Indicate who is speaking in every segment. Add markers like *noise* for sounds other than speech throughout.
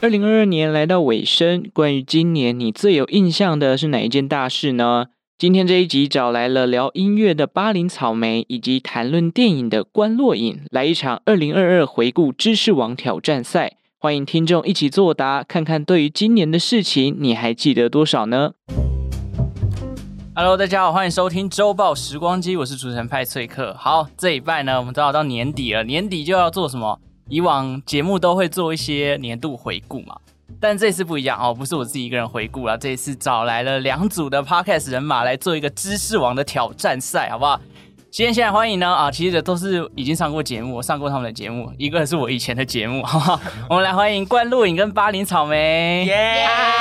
Speaker 1: 二零二二年来到尾声，关于今年你最有印象的是哪一件大事呢？今天这一集找来了聊音乐的巴林草莓，以及谈论电影的关洛影，来一场二零二二回顾知识王挑战赛。欢迎听众一起作答，看看对于今年的事情你还记得多少呢？
Speaker 2: Hello，大家好，欢迎收听周报时光机，我是主持人派翠克。好，这一拜呢，我们都要到年底了，年底就要做什么？以往节目都会做一些年度回顾嘛，但这次不一样哦，不是我自己一个人回顾了，这一次找来了两组的 Podcast 人马来做一个知识王的挑战赛，好不好？今天现在欢迎呢啊，其实都是已经上过节目，我上过他们的节目，一个是我以前的节目，好不好？我们来欢迎关露影跟巴林草莓。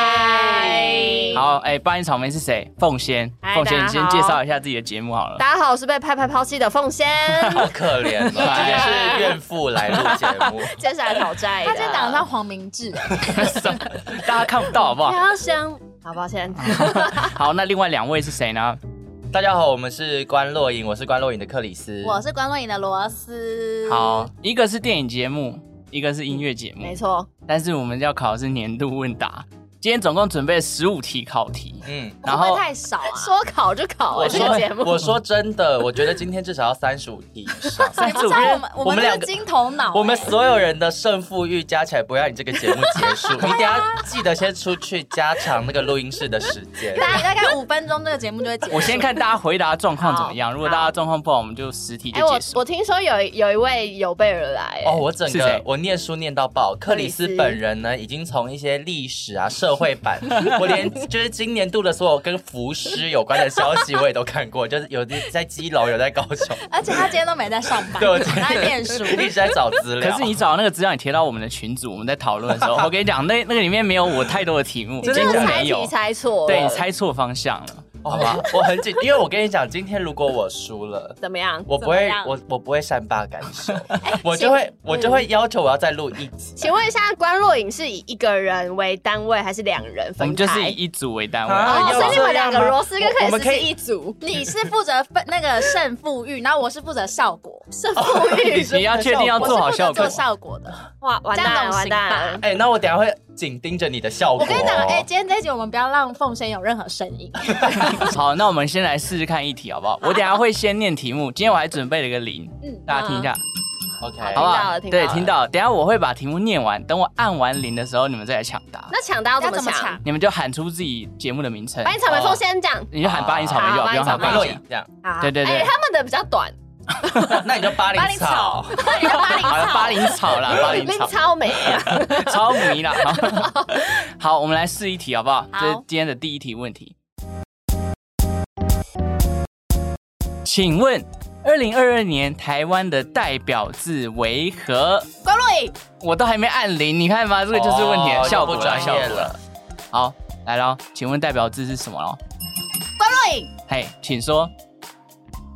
Speaker 3: 耶！
Speaker 2: 好，哎、八音草莓是谁？凤仙，
Speaker 3: 嗨
Speaker 2: 凤仙，
Speaker 3: 大家
Speaker 2: 你先
Speaker 3: 好
Speaker 2: 介绍一下自己的节目好了。
Speaker 3: 大家好，我是被拍拍抛弃的凤仙，
Speaker 4: *laughs* 好可怜
Speaker 5: *laughs*
Speaker 4: 哦，今天
Speaker 5: 啊
Speaker 4: 是怨妇来录节目，
Speaker 3: 接下来讨债的。
Speaker 5: 他今天打得像黄明志，
Speaker 2: 大家看不到好不 *laughs* 好？
Speaker 3: 飘香，好抱歉，
Speaker 2: 好，那另外两位是谁呢？
Speaker 4: 大家好，我们是关洛影，我是关洛影的克里斯，
Speaker 5: *laughs* 我是关洛影的罗斯。
Speaker 2: 好，，一个是电影节目，一个是音乐节目
Speaker 3: 没，错，
Speaker 2: 但是我们要考的是年度问答。今天总共准备十五题考题，
Speaker 4: 嗯，
Speaker 2: 然
Speaker 5: 会不
Speaker 2: 后
Speaker 5: 会太少啊？
Speaker 3: 说考就考，
Speaker 4: 我
Speaker 3: 这个节
Speaker 4: 说
Speaker 3: 目，
Speaker 4: 我说真的，我觉得今天至少要三十五题以上，
Speaker 2: 三
Speaker 5: 不
Speaker 2: 组
Speaker 5: 知道我们
Speaker 4: 我
Speaker 5: 我
Speaker 4: 们
Speaker 5: 们
Speaker 4: 两
Speaker 5: 两
Speaker 4: 个
Speaker 5: 个金头脑欸，
Speaker 4: 我们所有人的胜负欲加起来，不要你这个节目结束，你等一下记得先出去加长那个录音室的时间。
Speaker 5: 大概大概五分钟，这个节目就会结束。
Speaker 2: 我先看大家回答状况怎么样。
Speaker 3: 好
Speaker 2: 如果大家状况不好，我们就十题就
Speaker 3: 哎，
Speaker 2: 结
Speaker 3: 我
Speaker 2: 束。
Speaker 3: 我听说有有一位有备而来，哎
Speaker 4: 哦，我整
Speaker 2: 是谁
Speaker 4: 个我念书念到爆，克里斯
Speaker 3: 克里斯
Speaker 4: 本人呢，已经从一些历史啊、社会
Speaker 2: *laughs*
Speaker 4: 版，我连就是今年度的所有跟服饰有关的消息我也都看过，就是有的在基隆，有在高
Speaker 5: *laughs*
Speaker 4: 雄，
Speaker 5: 而且他今天都没在上班，
Speaker 4: 对我今天
Speaker 5: 啊他在念书。
Speaker 4: 一直在找资料。
Speaker 2: 可是你找那个资料，你贴到我们的群组，我们在讨论的时候，
Speaker 3: *laughs*
Speaker 2: 我跟你讲，那那个里面没有我太多的题目，
Speaker 3: 你
Speaker 2: 几
Speaker 3: 这
Speaker 2: 乎
Speaker 3: 个猜
Speaker 2: 没有
Speaker 3: 题。猜错，
Speaker 2: 对你，猜错方向了。
Speaker 4: 好吧，我很紧，因为我跟你讲，今天如果我输了。
Speaker 3: 怎么样？
Speaker 4: 我不
Speaker 5: 怎么
Speaker 4: 会
Speaker 5: 样，哎嗯
Speaker 4: 我我不会善罢甘休，我就会我就会要求我要再录一集。
Speaker 3: 请问一下，关若影是以一个人为单位，还是两人
Speaker 2: 我
Speaker 3: 分
Speaker 2: 们就是
Speaker 3: 开
Speaker 2: 以一组为单位。
Speaker 4: 啊
Speaker 3: 哦，
Speaker 4: 要
Speaker 3: 所以你们
Speaker 4: 这
Speaker 3: 两
Speaker 4: 样
Speaker 3: 个
Speaker 4: 吗
Speaker 3: 罗斯跟
Speaker 4: 我我
Speaker 3: 克里
Speaker 4: 们可
Speaker 3: 斯
Speaker 4: 以
Speaker 3: 是一组，
Speaker 5: 你是负责分那个胜负欲，然后我是负责效果，
Speaker 3: 胜负欲
Speaker 2: 你要确定要
Speaker 5: 我
Speaker 2: 做好
Speaker 5: 是负
Speaker 2: 效
Speaker 5: 责
Speaker 2: 果
Speaker 5: 做。
Speaker 2: *laughs*
Speaker 5: 效果的。
Speaker 3: 哇，完
Speaker 5: 这
Speaker 3: 蛋
Speaker 5: 样
Speaker 3: 了
Speaker 5: 怎么
Speaker 3: 完蛋了
Speaker 5: 行。
Speaker 4: 哎、那我等一下会紧盯着你的效果、
Speaker 5: 我
Speaker 4: 哦。
Speaker 5: 跟你讲，哎，今天这一集我们不要让凤仙有任何声音。
Speaker 2: 好，那我们先来试试看一题好不好？我等一下会先念题目，今天我还准备了一个零，
Speaker 5: 嗯，
Speaker 2: 大家听一下，
Speaker 4: 哦 OK，
Speaker 5: 啊
Speaker 2: 好啊不
Speaker 3: 听到
Speaker 2: 好？
Speaker 3: 了听到了
Speaker 2: 对，听到。等一下我会把题目念完，等我按完零的时候，你们再来抢答。
Speaker 3: 那抢答要
Speaker 5: 要
Speaker 3: 怎么
Speaker 5: 怎么
Speaker 3: 抢
Speaker 5: 抢？？
Speaker 2: 你们就喊出自己节目的名称哦
Speaker 3: 把，你草莓风先讲。
Speaker 2: 你就喊八音草莓就好，
Speaker 3: 好
Speaker 2: 不用喊八
Speaker 3: 八
Speaker 4: 马
Speaker 3: 音
Speaker 4: 洛
Speaker 2: 音
Speaker 4: 影这样，
Speaker 3: 好
Speaker 2: 对对对
Speaker 3: 哎，他们的比较
Speaker 2: *laughs*
Speaker 3: 短，
Speaker 4: *laughs* 那你就八
Speaker 5: 八
Speaker 4: 零
Speaker 5: 零
Speaker 4: 草
Speaker 5: 草。，你叫八零
Speaker 2: 好了，
Speaker 5: 草，
Speaker 2: 八零草啦，
Speaker 3: *laughs*
Speaker 2: 八零
Speaker 3: 你
Speaker 2: 草，
Speaker 3: 超
Speaker 2: *laughs*
Speaker 3: 美啊！
Speaker 2: 超迷啦。 *laughs* 好好，我们来试一题好不好？
Speaker 5: 好
Speaker 2: 这是今天的第一题问题。请问，二零二二年台湾的代表字为何？
Speaker 5: 关洛影，
Speaker 2: 我都还没按铃，你看吧，这个就是问题的
Speaker 4: 哦
Speaker 2: 效果
Speaker 4: 又不
Speaker 2: 啦
Speaker 4: 专
Speaker 2: 效
Speaker 4: 业
Speaker 2: 果
Speaker 4: 了。
Speaker 2: 好，来喽，请问代表字是什么喽？
Speaker 5: 关洛影，
Speaker 2: 嘿，请说。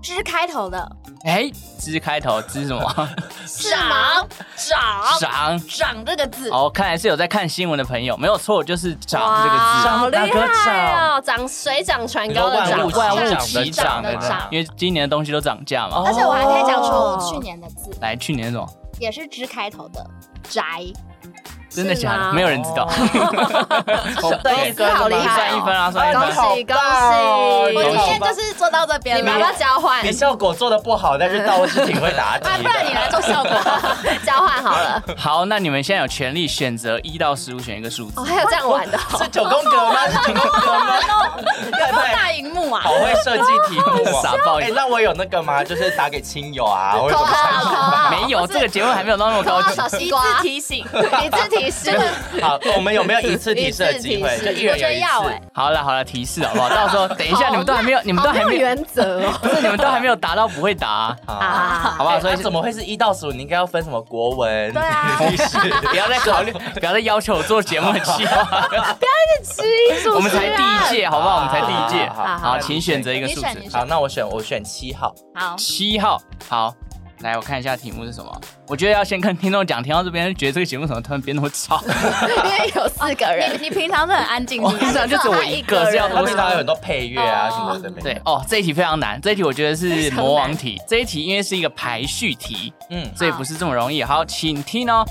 Speaker 5: 之开头的，
Speaker 2: 哎，之开头，之什么？
Speaker 5: 长长
Speaker 2: 长。
Speaker 5: 长这个字，
Speaker 2: 哦，看来是有在看新闻的朋友，没有错，就是“长”这个字。
Speaker 3: 哇好厉
Speaker 4: 大哥
Speaker 3: 害
Speaker 4: 长
Speaker 3: 哦，长水涨船
Speaker 4: 你
Speaker 3: 高
Speaker 4: 说
Speaker 3: 的
Speaker 4: 万
Speaker 3: 涨
Speaker 4: 物，
Speaker 2: 万物齐
Speaker 4: 齐
Speaker 2: 涨
Speaker 4: 涨
Speaker 2: 的
Speaker 4: 的
Speaker 5: 涨
Speaker 4: 涨，
Speaker 2: 因为今年的东西都涨价嘛。
Speaker 5: 而且我还可以讲出
Speaker 3: 哦
Speaker 5: 去年的字，
Speaker 2: 来，去年是什么？
Speaker 5: 也是之开头的宅，
Speaker 2: 真的
Speaker 3: 是
Speaker 2: 假的？
Speaker 3: 吗
Speaker 2: 没有人知道。
Speaker 4: 哦对，一
Speaker 3: 个好厉害
Speaker 2: *laughs* 算
Speaker 3: 哦
Speaker 2: 一分
Speaker 3: *laughs*
Speaker 2: 啊，算一分。
Speaker 3: 恭喜恭
Speaker 4: 哦
Speaker 5: 我
Speaker 3: 喜！
Speaker 5: 今天就是做到这边
Speaker 3: 你们要不
Speaker 5: 了
Speaker 3: 要。交换
Speaker 4: 你？效果做的不好，但是倒是挺会答
Speaker 5: *laughs*
Speaker 4: 题
Speaker 5: 啊，
Speaker 4: 的。
Speaker 5: 不然你来做效 *laughs* 果。
Speaker 3: 交换好了。
Speaker 2: 好，那你们现在有权利选择一到十五选一个数字
Speaker 3: 哦，。还有这样玩的哦，
Speaker 4: *laughs* 是九宫格吗？是九宫
Speaker 5: *laughs*
Speaker 4: 格吗？太
Speaker 5: 有没有
Speaker 4: 太
Speaker 5: 大荧幕啊
Speaker 4: 好！会设计题目
Speaker 5: *laughs*
Speaker 4: 哦
Speaker 2: 傻爆眼
Speaker 4: 哎，那我有那个吗？就是打给亲友啊，我有什么
Speaker 3: 口号
Speaker 4: 参
Speaker 3: 口
Speaker 4: 考？
Speaker 3: 号， *laughs*
Speaker 2: 没有，这个节目还没有到那么高
Speaker 3: 口号
Speaker 2: 级。
Speaker 3: 小西
Speaker 5: 一
Speaker 3: 瓜
Speaker 5: 字，提醒，
Speaker 3: 啊一字提提示
Speaker 5: 真的，
Speaker 4: 好，我们有没有一次提示的机会？
Speaker 3: 一次提示
Speaker 4: 就一人
Speaker 5: 我觉
Speaker 4: 有
Speaker 5: 得
Speaker 4: 一
Speaker 5: 要
Speaker 4: 次
Speaker 5: 哎。
Speaker 2: 好了好了，提示好不好？到时候等一下，你们都还没有，你们都
Speaker 3: 好没
Speaker 2: 还
Speaker 3: 有
Speaker 2: 没有，
Speaker 3: 原则哦
Speaker 2: 不是你们都还没有答到不会答
Speaker 3: *laughs*
Speaker 2: 啊，
Speaker 3: 啊！
Speaker 2: 好不
Speaker 4: 哇，
Speaker 2: 好？所
Speaker 4: 所
Speaker 2: 以
Speaker 4: 以怎么会是一到十五？你应该要分什么国文？
Speaker 5: 哎对啊
Speaker 4: *laughs*
Speaker 5: *laughs*
Speaker 4: 历史。
Speaker 2: 不要再考虑，不要再要求我做节目的计
Speaker 3: *laughs*
Speaker 2: 划，
Speaker 3: 知音主
Speaker 2: 啊我们才第一
Speaker 3: 啊
Speaker 2: 届，好不好？我们才第一届。
Speaker 4: 好
Speaker 5: 好
Speaker 2: 好，请选择一个
Speaker 5: 你
Speaker 2: 数
Speaker 5: 选
Speaker 2: 字
Speaker 5: 你，
Speaker 4: 好，那我选我选七号。
Speaker 5: 好，
Speaker 2: 七号。好，来我看一下题目是什么。我觉得要先跟听众讲，听到这边觉得这个节目怎么突然变那么吵？
Speaker 3: 因为有四个人，
Speaker 5: *laughs*
Speaker 3: 哦
Speaker 5: 你你平常是很安静，
Speaker 2: 我
Speaker 5: 是不
Speaker 2: 平
Speaker 5: 是
Speaker 2: 常就只有我一个，是要
Speaker 4: 他
Speaker 2: 多
Speaker 4: 平常有很多配乐啊什么的，没
Speaker 2: *laughs*
Speaker 4: 有
Speaker 2: 对，哦，这一题非常难，这一题我觉得是魔王题。这一题因为是一个排序题，
Speaker 4: 嗯，
Speaker 2: 所以不是这么容易。好，请听哦。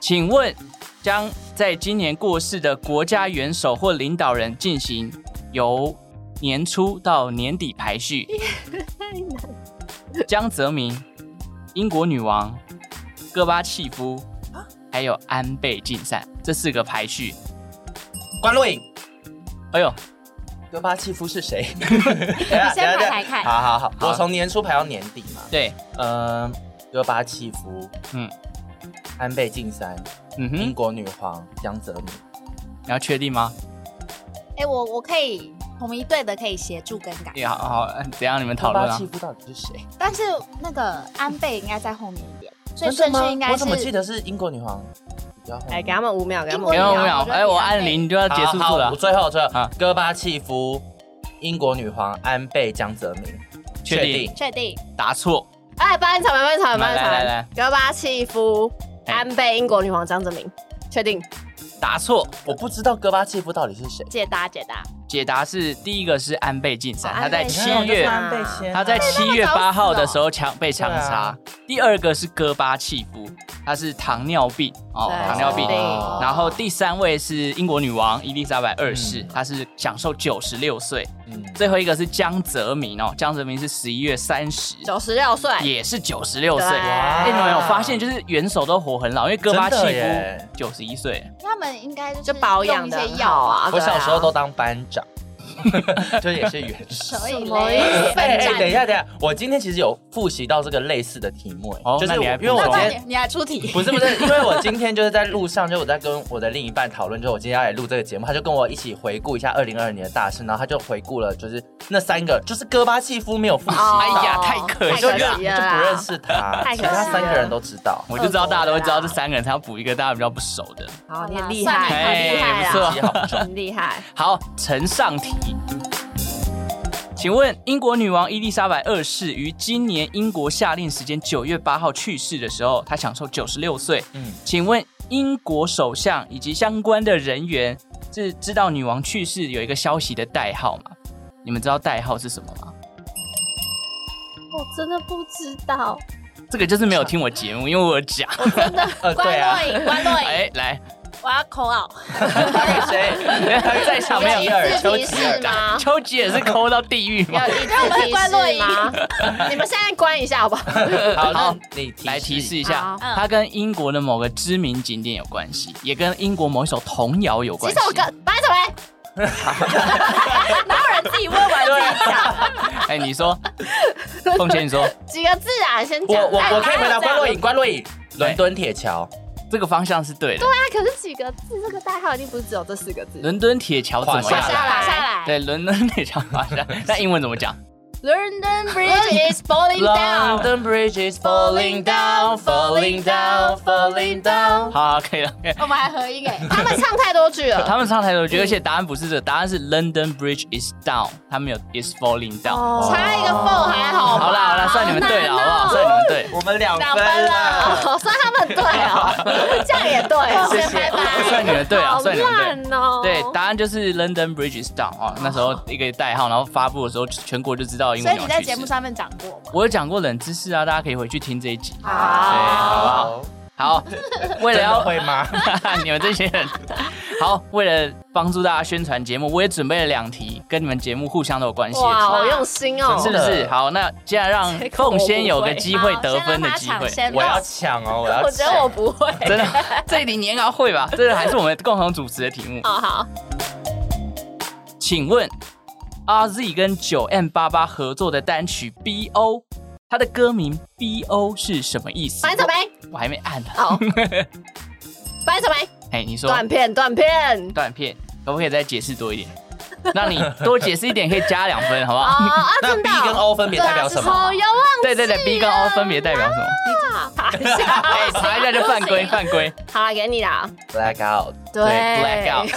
Speaker 2: 请问，将在今年过世的国家元首或领导人进行由年初到年底排序。江泽民、英国女王、戈巴契夫，还有安倍晋三这四个排序。
Speaker 4: 关洛影。
Speaker 2: 哎呦，
Speaker 4: 戈巴契夫是谁？ *laughs* 你先
Speaker 5: 先排排看
Speaker 4: 好好好，
Speaker 2: 好
Speaker 4: 我从年初排到年底嘛。
Speaker 2: 对，
Speaker 4: 嗯，戈巴契夫，
Speaker 2: 嗯
Speaker 4: 安倍晋三，
Speaker 2: 嗯哼，
Speaker 4: 英
Speaker 2: 你
Speaker 4: 国女皇江泽民。
Speaker 2: 要确定吗？
Speaker 5: 哎，我我可以同一队的可以协助更改，
Speaker 2: 也哎好好，等一下你们
Speaker 4: 戈
Speaker 2: 讨论
Speaker 4: 巴
Speaker 2: 啊
Speaker 4: 契。夫到底是谁？
Speaker 5: 但是那个安倍应该在后面一点，所以顺
Speaker 4: 真的吗
Speaker 5: 序应该
Speaker 4: 我
Speaker 5: 是
Speaker 4: 怎么记得是英国女皇比较后面？
Speaker 3: 哎，给他们五秒，给他们
Speaker 5: 英
Speaker 2: 没
Speaker 3: 五
Speaker 5: 国
Speaker 2: 有
Speaker 5: 女
Speaker 2: 没
Speaker 5: 王
Speaker 2: 有，
Speaker 5: 我觉得
Speaker 2: 哎，我
Speaker 5: 比安
Speaker 2: 按
Speaker 5: 倍
Speaker 2: 铃就要结束
Speaker 4: 好
Speaker 2: 住
Speaker 4: 好
Speaker 2: 了
Speaker 4: 我，最后最后
Speaker 2: 啊，
Speaker 4: 戈巴契夫、英国女皇、安倍、江泽民，
Speaker 2: 确定
Speaker 5: 确定
Speaker 2: 答错。
Speaker 3: 哎，八人草莓，八人草莓，八
Speaker 2: 来
Speaker 3: 人草
Speaker 2: 来
Speaker 3: 莓，
Speaker 2: 来，
Speaker 3: 戈巴契夫、
Speaker 2: 哎
Speaker 3: 安倍、英国女皇张泽民，确定
Speaker 2: 答错。
Speaker 4: 我不知道戈巴契夫到底是谁。
Speaker 5: 解答解答，
Speaker 2: 解答是第一个是安倍晋三，
Speaker 5: 哦
Speaker 2: 他在
Speaker 5: 安倍
Speaker 2: 七
Speaker 5: 晋三
Speaker 2: 月
Speaker 3: 就是
Speaker 4: 安倍先啊，
Speaker 2: 他在七月八号的时候枪被枪
Speaker 4: 对
Speaker 2: 杀
Speaker 4: 啊。
Speaker 2: 第二个是戈巴契夫，他是糖尿病哦，
Speaker 3: 对
Speaker 2: 糖尿病
Speaker 3: 对。
Speaker 4: 哦
Speaker 2: 然后第三位是英国女王伊丽莎白二世
Speaker 4: 嗯，
Speaker 2: 她是享受九十六岁。
Speaker 4: 嗯
Speaker 2: 最后一个是江泽民哦，江泽民是十一月三十，
Speaker 3: 九十六岁，
Speaker 2: 也是九十六岁。
Speaker 3: 对
Speaker 2: 哎，你们有发现就是元首都活很老，因为戈巴契
Speaker 4: 真的
Speaker 2: 夫
Speaker 4: 耶
Speaker 2: 九十一岁，
Speaker 5: 他们应该
Speaker 3: 就
Speaker 5: 就
Speaker 3: 保养
Speaker 5: 一
Speaker 3: 的
Speaker 5: 些药啊，
Speaker 4: 我小时候都当班长， *laughs* 就也是元
Speaker 5: *laughs*
Speaker 4: 首。
Speaker 5: 所以
Speaker 3: 什么
Speaker 5: 嘞，
Speaker 3: 意思
Speaker 4: 哎、
Speaker 5: 奋战
Speaker 4: 等一下，等一下，我今天其实有复习到这个类似的题目、哎
Speaker 2: 哦
Speaker 4: 就是
Speaker 2: 那
Speaker 4: 我
Speaker 2: 你还
Speaker 4: 因为我
Speaker 2: 不
Speaker 5: 那不然
Speaker 2: 懂
Speaker 4: 今
Speaker 5: *laughs*
Speaker 4: 天
Speaker 5: 你你来出题，
Speaker 4: 不是不是，因为我今天就是在路上，就我在跟我的另一半讨论，就我今天要来录这个节目，他就跟我一起回顾一下二零二二年的大事，然后他就回顾了，就是那
Speaker 5: *laughs*
Speaker 4: 三个，就是戈巴契夫没有复习
Speaker 3: 哦
Speaker 4: 到，
Speaker 2: 哎呀太可
Speaker 4: 我
Speaker 2: 惜
Speaker 4: 就
Speaker 2: 了
Speaker 3: 太可惜
Speaker 4: 就
Speaker 3: 了，
Speaker 4: 不认。识他，
Speaker 3: 太可
Speaker 4: 其
Speaker 3: 惜了
Speaker 4: 他三个人都知道。
Speaker 2: 我就知道大家都会知道
Speaker 3: 恶
Speaker 2: 这
Speaker 3: 狗啦
Speaker 2: 三个人，他要补一个大家比较不熟的。
Speaker 3: 好，你
Speaker 5: 好
Speaker 3: 很
Speaker 5: 啦
Speaker 3: 厉
Speaker 5: 算
Speaker 3: 害，
Speaker 5: 了
Speaker 3: 啊很厉害
Speaker 2: 哎不
Speaker 4: *laughs*
Speaker 2: 错
Speaker 3: 啦，
Speaker 4: 自己好重
Speaker 3: 很厉害。
Speaker 2: 好，呈上题。请问，英国女王伊丽莎白二世于今年英国夏令时间九月八号去世的时候，她享受九十六岁。
Speaker 4: 嗯，
Speaker 2: 请问，英国首相以及相关的人员是知道女王去世有一个消息的代号吗？你们知道代号是什么吗？
Speaker 3: 我真的不知道，
Speaker 2: 这个就是没有听我节目，因为我有讲。
Speaker 4: 呃，对啊
Speaker 5: 关，洛影，关
Speaker 3: *laughs*
Speaker 5: 洛影，
Speaker 2: 哎，来，
Speaker 5: 我要扣奥，哎
Speaker 4: 还
Speaker 5: *laughs*
Speaker 4: 有 *laughs* 谁？
Speaker 2: *laughs* 在场没
Speaker 3: 有
Speaker 2: 有
Speaker 3: 一次提
Speaker 4: 吉尔丘吉
Speaker 3: 示
Speaker 2: *laughs*
Speaker 4: 尔
Speaker 3: 吗？
Speaker 2: 丘吉尔是抠到地狱吗
Speaker 3: 有？一次提示吗？你们现在关一下好
Speaker 2: *laughs*
Speaker 3: 不好？
Speaker 2: 好
Speaker 4: 好，那你
Speaker 2: 来提示一下
Speaker 3: 好，
Speaker 5: 嗯
Speaker 2: 它跟英国的某个知名景点有关系，也跟英国某一首童谣有
Speaker 3: 几
Speaker 2: 关系。
Speaker 3: 首歌？白什么？
Speaker 2: *laughs*
Speaker 5: 哪有人自己问完自己
Speaker 4: 啊
Speaker 5: 讲？
Speaker 2: 哎，你说，凤姐，你说
Speaker 3: *laughs* 几个字啊？先
Speaker 4: 我
Speaker 3: 讲。
Speaker 4: 我我可以回答关洛
Speaker 3: 影。
Speaker 4: 影，关洛影，伦敦铁桥，
Speaker 2: 这个方向是对的。
Speaker 3: 那可是几个字？这个代号一定不是只有这四个字。
Speaker 2: 伦敦铁桥怎么
Speaker 4: 垮
Speaker 2: 样
Speaker 4: 下？
Speaker 3: 来
Speaker 5: 下来，
Speaker 2: 对，伦敦铁桥垮下。那英文怎么讲
Speaker 5: London Bridge is falling down。
Speaker 4: London Bridge is falling down, falling down, falling down。
Speaker 2: 好，可以了。可以了
Speaker 5: 我们还合音哎，
Speaker 3: 他们唱太多句了。
Speaker 2: *laughs* 他们上台我觉得，而且答案不是这个，答案是 London Bridge is down，他们有 is falling down。哦
Speaker 3: 差一个 f 还好吧
Speaker 2: 好啦好啦，算你们对了，好不好？算你们对。
Speaker 4: 我们两啊
Speaker 3: 两分啦，。哦算他们
Speaker 2: *laughs*
Speaker 3: 对哦，这样也对，
Speaker 5: 先拜
Speaker 2: 算
Speaker 5: 拜。
Speaker 2: 你们对啊，
Speaker 3: 好
Speaker 2: 算你们对。
Speaker 3: 烂哦。
Speaker 2: 对，答案就是 London Bridge is down 哦，那时候一个代号，然后发布的时候，全国就知道英
Speaker 5: 所
Speaker 2: 文
Speaker 5: 以你在节目，上面讲过吗？
Speaker 2: 我有讲过冷知识啊，大家可以回去听这一集。啊
Speaker 3: 好，
Speaker 4: 好，
Speaker 3: *laughs*
Speaker 2: 好，为了
Speaker 4: 真的
Speaker 2: 要
Speaker 4: 会吗？
Speaker 2: *laughs* 你们这些人，好，为了帮助大家宣传节目，我也准备了两题，跟你们节目互相都有关系的
Speaker 3: 哇，
Speaker 2: 题。
Speaker 3: 好用心哦
Speaker 2: 是。不
Speaker 4: 真
Speaker 2: 是？
Speaker 4: 的
Speaker 2: 好，那既然让
Speaker 3: 结果我
Speaker 2: 凤仙有
Speaker 3: 不
Speaker 2: 个
Speaker 3: 会
Speaker 2: 机会
Speaker 5: 好
Speaker 2: 得分的机
Speaker 5: 先让他
Speaker 2: 会
Speaker 5: 抢，先
Speaker 4: 我要抢哦，我要抢。
Speaker 3: 我觉得我不会。
Speaker 2: 真的，这一题你应该会吧？这个还是我们共同主持的题目。
Speaker 3: 哦，好，
Speaker 2: 请问 RZ 跟九 M 八八合作的单曲 BO，它的歌名 BO 是什么意思
Speaker 3: 反？正没
Speaker 2: 我还没按呢。
Speaker 3: 哦，翻什么？
Speaker 2: 哎，你说
Speaker 3: 断片，断
Speaker 2: *laughs*
Speaker 3: 片。
Speaker 2: 断片，可不可以再解释多一点？ *laughs* 让你多解释一点，可以加两分，好不
Speaker 3: 哦
Speaker 2: 好？
Speaker 3: 啊，
Speaker 4: 那
Speaker 3: 真
Speaker 4: B
Speaker 3: 的
Speaker 4: 跟
Speaker 3: 哦。
Speaker 4: O 分别代表什么？
Speaker 3: 哦，有啊，
Speaker 2: 对对对，B 跟 O 分别代表什么？
Speaker 3: 查一下。 *laughs*
Speaker 2: 哎，查
Speaker 3: 啊
Speaker 2: 一下就犯规，犯规。
Speaker 3: 好了，给你啦。
Speaker 4: blackout，
Speaker 3: 对
Speaker 2: ，blackout。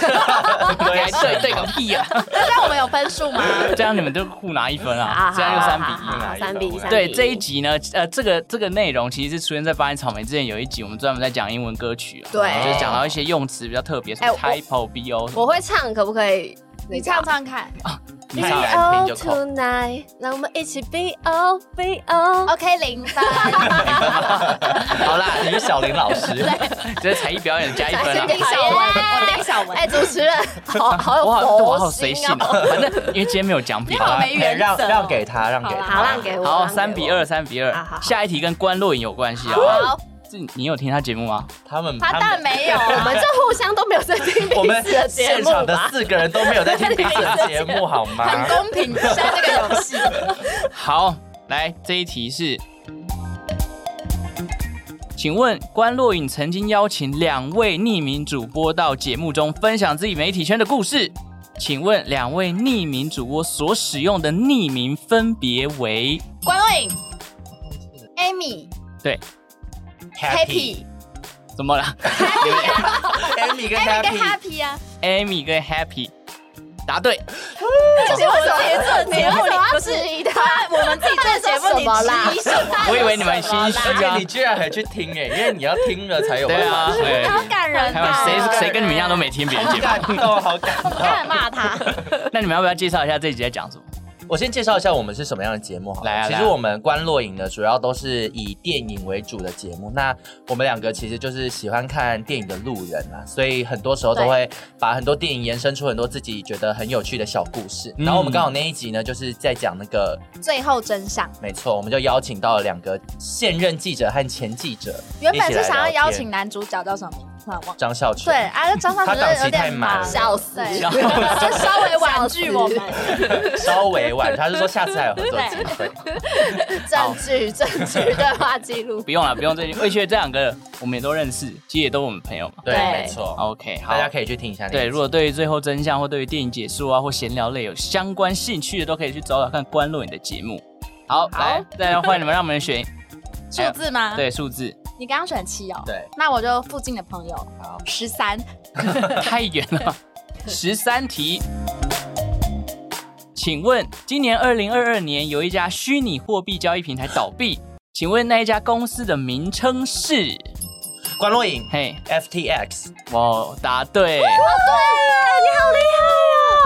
Speaker 2: 对
Speaker 4: *laughs* 为什么
Speaker 2: 对对个屁啊！
Speaker 5: 那这样我们有分数吗？
Speaker 2: *laughs* 这样你们就互拿一分啊
Speaker 3: *laughs* 啊，
Speaker 2: 这样就三比
Speaker 3: 好
Speaker 2: 一
Speaker 3: 好好
Speaker 2: 嘛。
Speaker 4: 哪一个
Speaker 3: 三比三。
Speaker 2: 对这一集呢，呃，这个这个内容其实是出现在《八音草莓》之前有一集，我们专门在讲英文歌曲、哦，
Speaker 3: 对
Speaker 2: 就是讲到一些用词比较特别，什么
Speaker 3: 哎
Speaker 2: typo、bo，什么
Speaker 3: 我会唱，可不可以？
Speaker 5: 你唱唱看。
Speaker 4: 你
Speaker 3: ，B
Speaker 4: 唱来听
Speaker 3: O
Speaker 4: 就扣。
Speaker 3: oh, tonight，让我们一起 B O B O。
Speaker 5: OK，零分。
Speaker 4: 好啦，你是小林老师，
Speaker 2: 这是才艺表演加一分
Speaker 3: 才
Speaker 2: 啊
Speaker 3: *laughs* 艺。表
Speaker 5: 丁小文，我丁小文。
Speaker 3: 哎，主持 *laughs* 人，好好有
Speaker 2: 我好，对我好
Speaker 3: 佛
Speaker 2: 随
Speaker 3: 心
Speaker 2: 性
Speaker 3: 哦。
Speaker 2: 哦。反正因为今天没有奖品啊
Speaker 5: 你好
Speaker 2: 吧
Speaker 5: 没原则
Speaker 4: 让
Speaker 5: 哦
Speaker 4: 让给他，让给
Speaker 3: 好，
Speaker 4: 他。
Speaker 3: 让给我。
Speaker 2: 好，
Speaker 3: 让给
Speaker 2: 三比二，
Speaker 3: 我。
Speaker 2: 三比
Speaker 3: 好好
Speaker 2: 二。
Speaker 3: 好
Speaker 2: 下一题跟关洛影有关系啊。
Speaker 3: 好，
Speaker 2: 这你有听他节目吗？
Speaker 4: 他们
Speaker 5: 他当然没有
Speaker 3: 我
Speaker 5: 啊，
Speaker 3: 们就互相都没有在听
Speaker 4: 我
Speaker 3: 彼
Speaker 4: 们
Speaker 3: 此的节
Speaker 4: 现
Speaker 3: 目
Speaker 4: 场的
Speaker 3: 吧。
Speaker 4: 四个人都没有在听彼此的节目，好
Speaker 5: *laughs*
Speaker 4: 吗
Speaker 5: 很？公平，现在这个游戏。
Speaker 2: 好，来这一题是，请问关洛影曾经邀请两位匿名主播到节目中分享自己媒体圈的故事，请问两位匿名主播所使用的匿名分别为
Speaker 5: 关若颖，Amy。Happy，
Speaker 2: 怎么了
Speaker 4: Amy 跟
Speaker 5: 那个
Speaker 4: *laughs* Happy，
Speaker 5: Happy 啊，
Speaker 2: ？Amy 跟 Happy，答对。
Speaker 5: 这是我自己做的
Speaker 3: 你为
Speaker 5: 节目，哎你
Speaker 3: 什么要
Speaker 5: 不
Speaker 3: 质
Speaker 5: 是
Speaker 3: 疑他？
Speaker 5: 我们自己做的节目，你质疑什么？
Speaker 2: 我以为你们心虚
Speaker 4: 而且
Speaker 2: 啊
Speaker 4: 你。居然还去听哎，因为你要听了才有
Speaker 2: 对
Speaker 4: 办
Speaker 2: 啊，
Speaker 4: 法。
Speaker 3: *laughs*
Speaker 2: 对，
Speaker 5: 好感人
Speaker 3: 啊
Speaker 2: 开玩笑
Speaker 5: 吧？
Speaker 2: 谁谁跟你们一样都没听
Speaker 5: *laughs*
Speaker 2: 别人节
Speaker 4: 好
Speaker 2: 目？
Speaker 4: 感动，好感动。
Speaker 5: 敢骂他？
Speaker 2: 那你们要不要介绍一下这一集在讲什么？
Speaker 4: 我先介绍一下我们是什么样的节目好了。
Speaker 2: 来啊
Speaker 4: 其
Speaker 2: 来
Speaker 4: 实
Speaker 2: 啊
Speaker 4: 我们观落影呢，主要都是以电影为主的节目。那我们两个其实就是喜欢看电影的路人啊，所以很多时候都会把很多电影延伸出很多自己觉得很有趣的小故事。
Speaker 2: 嗯
Speaker 4: 然后我们刚好那一集呢，就是在讲那个，
Speaker 5: 最后真相，
Speaker 4: 没错，我们就邀请到了两个现任记者和前记者，
Speaker 5: 原本
Speaker 4: 一起
Speaker 5: 是
Speaker 4: 来
Speaker 5: 想要
Speaker 4: 聊天
Speaker 5: 邀请男主角叫什么名字，突然忘了。
Speaker 4: 张孝全。
Speaker 5: 对，啊，就张尚
Speaker 4: 他
Speaker 5: 只是
Speaker 4: 档期
Speaker 5: 有
Speaker 4: 太
Speaker 5: 点
Speaker 4: 满
Speaker 5: 忙，
Speaker 4: 了
Speaker 3: 笑死
Speaker 5: 对，就稍微婉拒我们。
Speaker 4: 稍微晚，他是说下次还有合作机会。
Speaker 3: 证据，证据，对话记
Speaker 2: *laughs*
Speaker 3: 录。
Speaker 2: 不用了，不用这些，而且这两个我们也都认识，其实也都我们朋友嘛。
Speaker 4: 对，
Speaker 3: 对
Speaker 4: 没错，
Speaker 2: OK，好
Speaker 4: 大，家可以去听一下那一集。
Speaker 2: 对，如果对于最后真相或对于电影解说啊或闲聊类有相关兴趣的，都可以去找找看关洛影的节目。好，来，再换你们，让我们选
Speaker 5: 数字吗？，
Speaker 2: *laughs* 对数字，
Speaker 5: 你刚刚选七哦。
Speaker 4: 对，
Speaker 5: 那我就附近的朋友
Speaker 4: 好，
Speaker 5: 十三，
Speaker 2: 太远了。十三题，请问今年二零二二年有一家虚拟货币交易平台倒闭，请问那一家公司的名称是？
Speaker 4: 关落影
Speaker 2: 嘿，
Speaker 4: FTX，
Speaker 2: 哇，答对。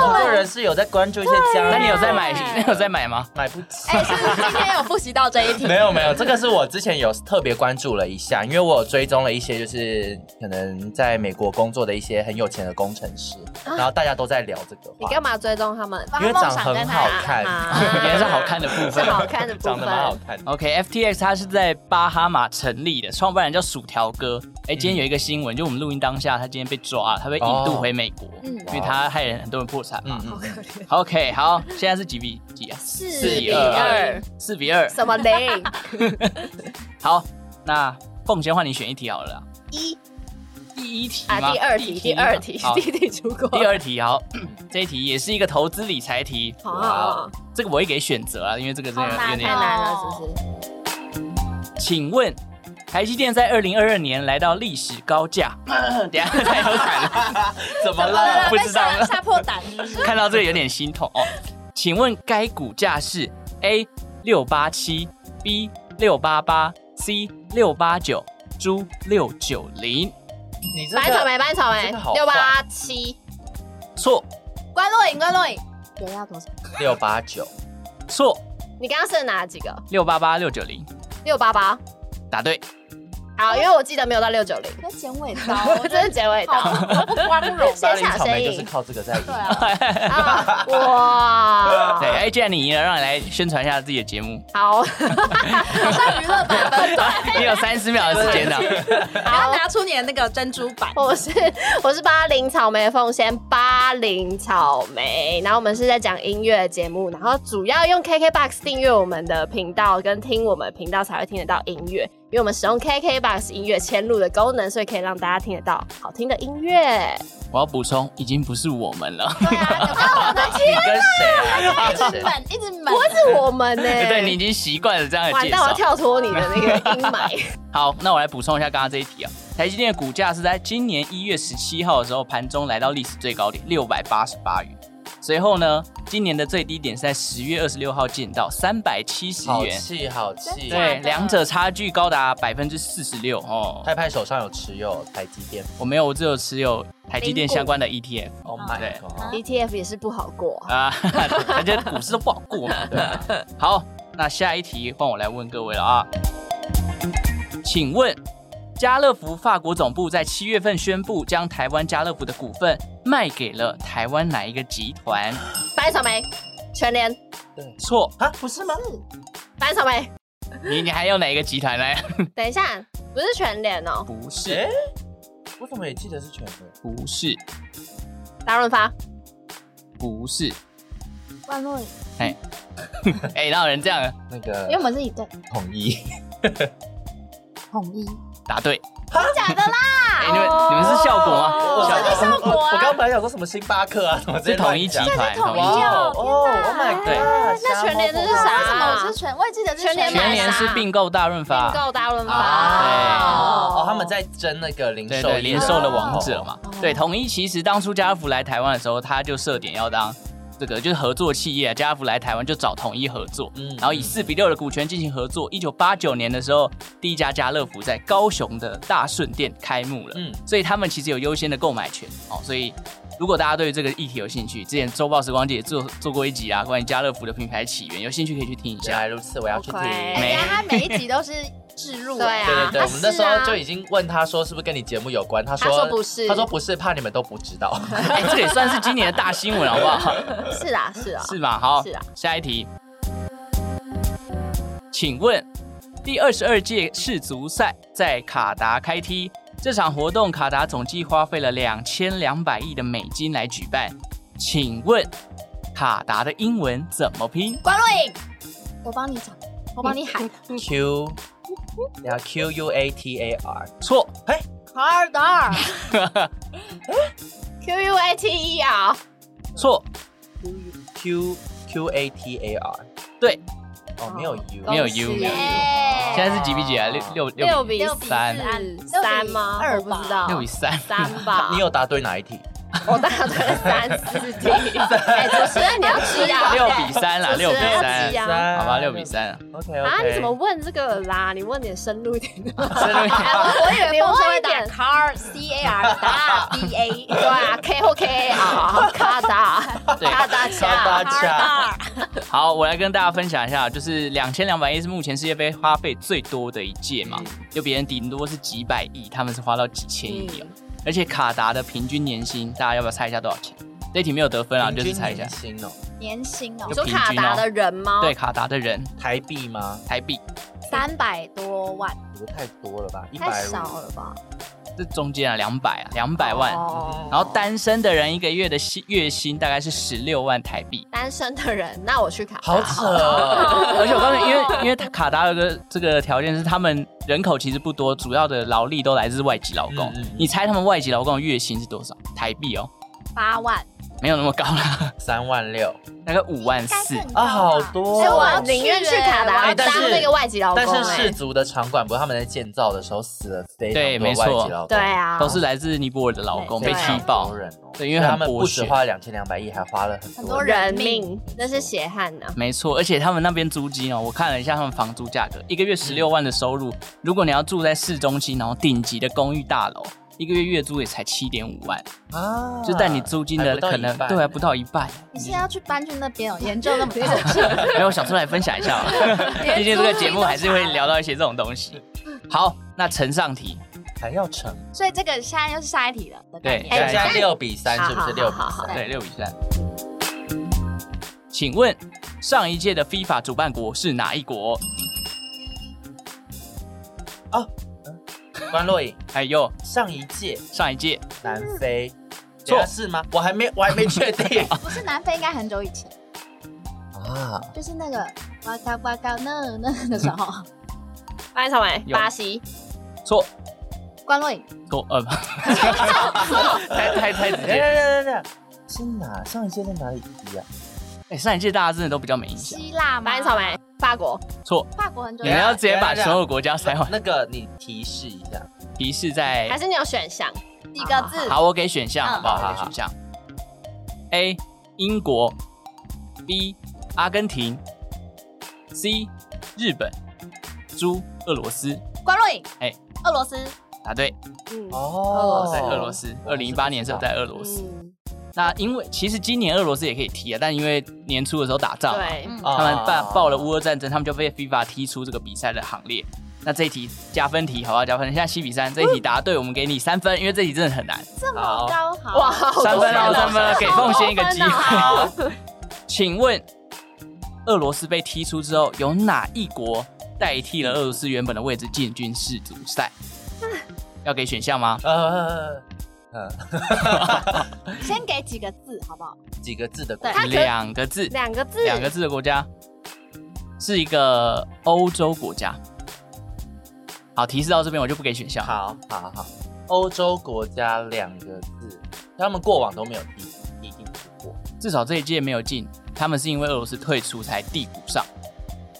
Speaker 4: 我个人是有在关注一些家，啊
Speaker 2: 那你有在买？你有在买吗？
Speaker 4: *laughs* 买不起？
Speaker 5: 哎，是不是今天有复习到这一题？
Speaker 4: 没有没有，这个是我之前有特别关注了一下，因为我有追踪了一些就是可能在美国工作的一些很有钱的工程师，
Speaker 5: 啊
Speaker 4: 然后大家都在聊这个
Speaker 3: 你
Speaker 4: 话，
Speaker 3: 干嘛追踪他们？
Speaker 5: 帮
Speaker 4: 因为
Speaker 5: 他梦
Speaker 4: 长
Speaker 5: 想
Speaker 4: 很
Speaker 5: 跟
Speaker 4: 好
Speaker 5: 他
Speaker 3: *laughs*
Speaker 4: 看，
Speaker 2: 原来是好看
Speaker 3: 的，
Speaker 2: 的部
Speaker 3: 是
Speaker 2: 分。
Speaker 3: 好看的部
Speaker 4: 长得蛮好
Speaker 3: 分。
Speaker 4: 看的。
Speaker 2: OK，FTX、它是在巴哈马成立的，创办人叫薯条哥。哎、今天有一个新闻，就我们录音当下，他今天被抓了，他被引渡回美国，
Speaker 5: 嗯
Speaker 2: 因为他害人很多人破产嘛
Speaker 4: 嗯。嗯，嗯
Speaker 2: OK，好，现在是几比几啊？
Speaker 3: 四
Speaker 2: 比
Speaker 3: 比
Speaker 2: 二
Speaker 3: 二，
Speaker 2: 四比二。
Speaker 3: 什么零？
Speaker 2: 好，那凤先换你选一题好了啦。
Speaker 3: 一
Speaker 2: 第一题
Speaker 3: 啊，
Speaker 2: 吗
Speaker 3: 第二题， *laughs* 第二题
Speaker 2: 好，
Speaker 3: 弟弟出国。
Speaker 2: 第二题好，这一题也是一个投资理财题，
Speaker 3: 哦，
Speaker 2: 这个我会给选择啊，因为这个真的
Speaker 5: 好难
Speaker 2: 有
Speaker 5: 哦
Speaker 2: 点
Speaker 3: 太难了，是不是？
Speaker 2: 请问，台积电在二零二二年来到历史高价，等一下太有感了，
Speaker 4: 怎
Speaker 5: 怎
Speaker 4: 么
Speaker 5: 么
Speaker 4: 了？
Speaker 5: 了？啊
Speaker 2: 不
Speaker 5: 被
Speaker 2: 知道
Speaker 5: 吓吓破胆是
Speaker 2: *laughs*
Speaker 5: 不是？
Speaker 2: 看到这个有点心痛哦。请问该股价是 A 六八七、B 六八八、C 六八九、猪六九零？
Speaker 4: 你这
Speaker 3: 白草
Speaker 4: 个
Speaker 3: 莓，白草莓
Speaker 4: 这个好，
Speaker 3: 六八七，
Speaker 2: 错
Speaker 5: 关若影，关若影，
Speaker 3: 有要多少？
Speaker 4: 六八九，
Speaker 2: 错，
Speaker 3: 你刚刚是哪几个？
Speaker 2: 六八八六九零，
Speaker 3: 六八八。
Speaker 2: 答对。
Speaker 3: 好，因为我记得没有到六九零，
Speaker 5: 要剪尾刀，
Speaker 2: *laughs*
Speaker 3: 我
Speaker 5: 我
Speaker 3: 真
Speaker 5: 真
Speaker 3: 的
Speaker 5: 的
Speaker 3: 结尾的。
Speaker 5: 好好不光荣。
Speaker 3: *laughs* 先
Speaker 4: 巴黎
Speaker 3: 抢
Speaker 4: 草
Speaker 3: 先
Speaker 4: 莓就是
Speaker 3: 赢
Speaker 4: 靠这个在赢
Speaker 5: 对。
Speaker 2: *laughs*
Speaker 5: 啊，
Speaker 3: 啊！哇，
Speaker 2: 对，哎，既然你赢了，让你来宣传一下自己的节
Speaker 3: *laughs*
Speaker 2: 目，
Speaker 3: 好，
Speaker 5: 好像娱乐百分百，
Speaker 2: 你有三十秒的时间的。
Speaker 5: 你要拿出你的那个珍珠版。
Speaker 3: *laughs* 我是我是八零草莓凤仙，八零草莓。然后我们是在讲音乐节目，然后主要用 KKBOX 订阅我们的频道，跟听我们频道才会听得到音乐。因为我们使用 KKBOX 音乐嵌入的功能，所以可以让大家听得到好听的音乐。
Speaker 2: 我要补充，已经不是我们了。
Speaker 3: *laughs*
Speaker 5: 对啊，有看我的
Speaker 4: 你跟谁啊？你跟谁？
Speaker 5: 本一直门，
Speaker 3: 不会是我们
Speaker 2: *laughs*
Speaker 3: 呢、
Speaker 2: 对你已经习惯了这样的
Speaker 3: 哎完
Speaker 2: 介
Speaker 3: 蛋，我要
Speaker 2: 绍。
Speaker 3: 跳脱你的那个阴霾。
Speaker 2: *laughs* 好，那我来补充一下刚刚这一题啊。台积电的股价是在今年一月十七号的时候盘中来到历史最高点六百八十八元，随后呢，今年的最低点是在十月二十六号见到三百七十
Speaker 4: 好
Speaker 2: 元，
Speaker 4: 气好气！
Speaker 2: 对，两者差距高达百分之四十六哦。
Speaker 4: 派派手上有持有台积电
Speaker 2: 我没有，我只有持有台积电相关的 E ETF
Speaker 4: ，Oh
Speaker 2: 对
Speaker 4: my god！
Speaker 3: ETF E 也是不好过，
Speaker 2: *laughs* 啊，而且股市都不好过嘛。 *laughs* 好，那下一题换我来问各位了啊，请问家乐福法国总部在七月份宣布将台湾家乐福的股份卖给了台湾哪一个集团？
Speaker 3: 白草莓、全联、
Speaker 2: 错，
Speaker 4: 啊，不是吗？
Speaker 3: 白草莓。
Speaker 2: 你你还有哪一个集团呢？
Speaker 3: 等一下，不是全联哦，
Speaker 2: *laughs* 不
Speaker 4: 哎
Speaker 2: 是，，
Speaker 4: 我怎么也记得是全联？
Speaker 2: 不是，
Speaker 3: 大润发。
Speaker 2: 不是，
Speaker 5: 万洛，因
Speaker 2: 哎、哪有人这样？
Speaker 4: 那个
Speaker 5: 为我们是一对
Speaker 4: 统一，
Speaker 5: 统一，
Speaker 2: 答对，
Speaker 5: 假的啦，
Speaker 2: 哎、你们你们是效果
Speaker 3: 啊哦
Speaker 5: 我
Speaker 2: 吗？
Speaker 5: 是在
Speaker 2: 效果
Speaker 5: 效果啊
Speaker 4: *laughs* 哦我刚刚本来想说什么星巴克啊，什么
Speaker 2: 是统一集团，
Speaker 5: 统一
Speaker 2: 集团
Speaker 5: 哦
Speaker 4: 哦哦，Oh my
Speaker 2: 对
Speaker 4: god！
Speaker 3: 那全联这是
Speaker 5: 为
Speaker 3: 啥
Speaker 5: 什么我是全？我也记得是
Speaker 3: 全联
Speaker 2: 全
Speaker 3: 买
Speaker 2: 年
Speaker 3: 啥
Speaker 2: 是并购大润发，
Speaker 3: 并购大润
Speaker 4: 啊
Speaker 3: 发。
Speaker 4: 哦，他们在争那个零
Speaker 2: 对
Speaker 4: 售
Speaker 2: 对，
Speaker 4: 业
Speaker 2: 零售的王
Speaker 4: 哦
Speaker 2: 者嘛。对，统一其实当初家乐福来台湾的时候，他就设点要当这个就是合作企业，啊家乐福来台湾就找统一合作，
Speaker 4: 嗯
Speaker 2: 然后以四比六的股权进行合作。一九八九年的时候，第一家家乐福在高雄的大顺店开幕了，
Speaker 4: 嗯
Speaker 2: 所以他们其实有优先的购买权哦，所以。如果大家对于这个议题有兴趣，之前周报时光机也做做过一集啊，关于家乐福的品牌起源，有兴趣可以去听一
Speaker 4: 原
Speaker 2: 下。
Speaker 4: 来如此，我要去听。
Speaker 3: OK
Speaker 5: 哎呀，他每一集都是置入，
Speaker 3: *laughs* 对啊
Speaker 4: 对对对，
Speaker 3: 啊
Speaker 4: 我们那时候
Speaker 3: 是啊
Speaker 4: 就已经问他说是不是跟你节目有关，他说
Speaker 3: 他说不是
Speaker 4: 他说不是，怕你们都不知道。
Speaker 2: 哎、这也算是今年的大新闻，好不好？
Speaker 3: 是啦，是啦。
Speaker 2: 是吧？好，
Speaker 3: 是啊
Speaker 2: 下一题，请问第二十二届世足赛在卡达开踢，这场活动卡达总计花费了两千两百亿的美金来举办，请问卡达的英文怎么拼？
Speaker 5: 关若颖，我帮你讲，我帮你喊
Speaker 4: Q，然后 Q U A T A R，哎
Speaker 2: 错，
Speaker 5: 卡尔达尔，
Speaker 3: Q U A T E R
Speaker 2: 错，
Speaker 4: Q Q A T A R，
Speaker 2: 对，
Speaker 4: 哦，没有 U，
Speaker 2: 没有 U，没有 U。
Speaker 5: 耶
Speaker 2: 现在是几比几啊？六六
Speaker 3: 六
Speaker 2: 比
Speaker 3: 比
Speaker 5: 六比
Speaker 2: 三
Speaker 3: 四三吗？
Speaker 5: 六
Speaker 3: 我
Speaker 5: 比
Speaker 3: 不
Speaker 5: 二吧
Speaker 3: 知道，
Speaker 2: 六比三。
Speaker 3: 三 *laughs* 吧。
Speaker 4: 你有答对哪一题？
Speaker 3: 我大概三四题。 *laughs* 哎，主持人你要吃啊！
Speaker 2: 六比三啦，
Speaker 3: 主持
Speaker 2: 六比
Speaker 3: 人要
Speaker 2: 三
Speaker 3: 急，啊
Speaker 2: 好吧，六比。三。
Speaker 4: OK
Speaker 3: 啊，
Speaker 4: OK。
Speaker 3: 你怎么问这个啦？你问点深入一点的。
Speaker 2: *laughs* 深入一
Speaker 3: *laughs*
Speaker 2: 点
Speaker 5: 我以为
Speaker 3: 你
Speaker 5: 凤
Speaker 3: 问
Speaker 5: 仙
Speaker 3: 一
Speaker 5: 会打
Speaker 3: 点
Speaker 5: car c a r 打
Speaker 3: *laughs*
Speaker 5: b a，
Speaker 3: 对啊，K 或 K A 啊，咔哒，
Speaker 2: 对
Speaker 3: 咔哒
Speaker 4: 咔
Speaker 3: 恰，
Speaker 4: 哒恰
Speaker 2: 好，我来跟大家分享一下，就是两千两百亿是目前世界杯花费最多的一届
Speaker 4: 嗯
Speaker 2: 嘛，就别人顶多是几百亿，他们是花到几千亿
Speaker 4: 嗯
Speaker 3: 嗯
Speaker 2: 哦。而且卡达的平均年薪，大家要不要猜一下多少钱？这一题没有得分啊，
Speaker 4: 平
Speaker 2: 就
Speaker 4: 均
Speaker 2: 是猜一下
Speaker 4: 年。薪哦，
Speaker 5: 年薪哦
Speaker 3: 你，说卡达的人吗？
Speaker 2: 对，卡达的人
Speaker 4: 台币吗？
Speaker 2: 台币，
Speaker 5: 三百多万，
Speaker 4: 我觉得太多了吧，一
Speaker 3: 太
Speaker 4: 百
Speaker 3: 少了吧？
Speaker 2: 这中间啊两百啊两百万，
Speaker 3: 哦
Speaker 2: 然后单身的人一个月的薪月薪大概是十六万台币。
Speaker 4: *laughs*
Speaker 3: 单身的人，那我去卡达。
Speaker 4: 好
Speaker 2: *laughs*
Speaker 4: 扯哦。
Speaker 2: 而且我告诉你，因为因为他卡达有个这个条件是，他们人口其实不多，主要的劳力都来自外籍劳工。
Speaker 4: 嗯嗯嗯
Speaker 2: 你猜他们外籍劳工的月薪是多少？台币哦，
Speaker 5: 八万，
Speaker 3: 哎
Speaker 2: 没有那么高 *laughs* 啦，
Speaker 4: 三万六
Speaker 2: 大概五万四。
Speaker 4: 啊，好
Speaker 3: 所
Speaker 4: 多
Speaker 2: 哎
Speaker 3: 以
Speaker 4: 哦。
Speaker 3: 我宁愿去卡达
Speaker 4: 哎
Speaker 3: 当
Speaker 4: 但是
Speaker 3: 那个外籍劳工。
Speaker 4: 但是
Speaker 3: 哎
Speaker 4: 氏族的场馆，不是他们在建造的时候死了非
Speaker 2: 对
Speaker 4: 常
Speaker 2: 没
Speaker 4: 多
Speaker 2: 错
Speaker 4: 外籍劳工，
Speaker 3: 对，啊，
Speaker 2: 都是来自尼泊尔的劳工被
Speaker 4: 非
Speaker 2: 踢
Speaker 4: 常
Speaker 2: 爆
Speaker 4: 多，人哦。
Speaker 2: 对因为很
Speaker 4: 他们不
Speaker 2: 剥
Speaker 4: 只
Speaker 2: 削
Speaker 4: 花了两千两百亿，还花了很
Speaker 5: 很
Speaker 4: 多
Speaker 5: 多
Speaker 4: 人。
Speaker 3: 人
Speaker 5: 人
Speaker 3: 命
Speaker 5: 命，
Speaker 3: 那是血汗呐。啊
Speaker 2: 没错。而且他们那边租金哦，我看了一下他们房租价格，一个月十六万的收入，如果你要住在市中心，然后顶级的公寓大楼，一个月月租也才七点五万，
Speaker 4: 啊
Speaker 2: 就但你租金
Speaker 4: 还
Speaker 2: 的
Speaker 4: 不到
Speaker 2: 可
Speaker 4: 一
Speaker 2: 能
Speaker 4: 半
Speaker 2: 对还啊不到一半。
Speaker 5: 你是要去搬去那边哦？研究那么多，
Speaker 2: 没有，我想出来分享一下 *laughs* 哦，毕竟这个节目还是会聊到一些这种东西。好，那呈上题，
Speaker 4: 还要乘，
Speaker 5: 所以这个现在又是下一题了。的概念
Speaker 2: 对
Speaker 4: 现
Speaker 2: 哎
Speaker 4: 在六比三
Speaker 3: 好
Speaker 4: 是不
Speaker 3: 好
Speaker 4: 是六比
Speaker 3: 好好
Speaker 4: 三？
Speaker 2: 对，六比三。请问上一届的 FIFA 主办国是哪一国？
Speaker 4: 关若颖
Speaker 2: 哎呦，
Speaker 4: 上一届
Speaker 2: 上一届
Speaker 4: 南非，
Speaker 2: 错
Speaker 4: 错是吗？我还没我还没确定
Speaker 5: 不是南非，应该很久以前，
Speaker 4: 啊。
Speaker 5: 就是那个哇嘎哇嘎呢呢的时候。
Speaker 3: 巴黎草莓，
Speaker 2: 有
Speaker 3: 巴西，
Speaker 2: 错
Speaker 5: 关若影，
Speaker 2: 错呃， *laughs* 不太太太直
Speaker 4: 等一
Speaker 2: 接。
Speaker 4: 下等一下等一下，是哪？上一届在哪里踢啊？
Speaker 2: 哎，上一届大家真的都比较没印象。
Speaker 5: 希腊吗
Speaker 3: 巴黎啊草，莓，法国，
Speaker 2: 错，
Speaker 5: 法国很久
Speaker 3: 啊
Speaker 2: 你
Speaker 5: 以
Speaker 2: 们
Speaker 5: 前。
Speaker 2: 要直接把所有国家塞完。
Speaker 4: 那个你提示一下，
Speaker 2: 提示
Speaker 3: 还
Speaker 2: 在
Speaker 3: 是你有选项？
Speaker 5: 几个字？
Speaker 2: 啊好，我给选项
Speaker 5: 嗯
Speaker 2: 好不好？我给选项。A. 英国 B. 阿根廷 C. 日本猪俄罗斯。
Speaker 5: 关若影，
Speaker 2: 哎，
Speaker 5: 俄罗斯，
Speaker 2: 答对，
Speaker 3: 嗯
Speaker 4: 哦
Speaker 2: 在俄罗斯。二零一八年是有在俄罗斯。
Speaker 3: 嗯，
Speaker 2: 那因为其实今年俄罗斯也可以踢啊，但因为年初的时候打仗嘛，
Speaker 3: 对，
Speaker 5: 嗯，
Speaker 2: 他们报报了乌俄战争，他们就被 FIFA 踢出这个比赛的行列。那这一题加分题，好不好？加分，现在七比三，这一题答对，我们给你三分，因为这题真的很难，
Speaker 4: 这么高。
Speaker 5: 高好
Speaker 3: 哇，
Speaker 5: 哇，
Speaker 3: 好
Speaker 2: 三分
Speaker 3: 多啊
Speaker 2: 了，三
Speaker 3: 选项
Speaker 2: 分啊了，给凤仙一个机
Speaker 3: 好
Speaker 2: 会。请问，俄罗斯被踢出之后，有哪一国代替了俄罗斯原本的位置进军世足
Speaker 3: *laughs*
Speaker 2: 赛？要给选项吗？
Speaker 4: 呃，
Speaker 5: 先给几个字好不好？
Speaker 4: 几个字的国
Speaker 5: 对
Speaker 4: 家
Speaker 2: 两个字，
Speaker 3: 两个字，
Speaker 2: 两个字的国家，是一个欧洲国家。好，提示到这边我就不给选项。
Speaker 4: 好好好，欧洲国家两个字，他们过往都没有踢踢进去过。
Speaker 2: 至少这一届没有进，他们是因为俄罗斯退出才递补上。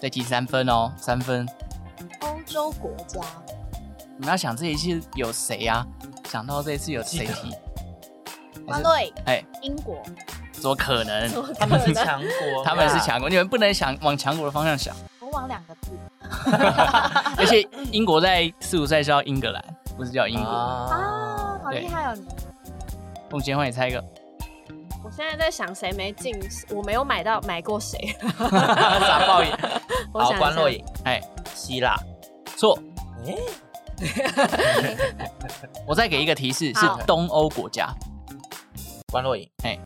Speaker 2: 再提三分哦，三分。
Speaker 5: 欧洲国家，
Speaker 2: 你们要想这一次有谁啊？想到这一次有谁踢？
Speaker 5: 关
Speaker 2: 还是
Speaker 5: 若影，
Speaker 2: 哎，
Speaker 5: 啊英国，
Speaker 2: 怎么可能？
Speaker 4: 他们是强国，
Speaker 2: *laughs*
Speaker 4: 啊
Speaker 2: 他们是。强国，你们不能想往强国的方向想。
Speaker 5: 我往两个字，
Speaker 2: 而且英国在世足赛是叫英格兰，不是叫英国。
Speaker 4: 啊，
Speaker 5: 好厉害哦你！
Speaker 2: 孟贤焕，你猜一个，
Speaker 3: 我现在在想谁没进，我没有买到买过谁。 *laughs*
Speaker 2: 傻爆眼。
Speaker 3: 我
Speaker 4: 好
Speaker 3: 想，一下
Speaker 4: 关若影，
Speaker 2: 哎，
Speaker 4: 希腊，
Speaker 2: 错，
Speaker 4: 哎，
Speaker 2: *laughs* 我再给一个提示，是
Speaker 5: 好
Speaker 2: 东欧国家，
Speaker 4: 关若影，
Speaker 2: 哎，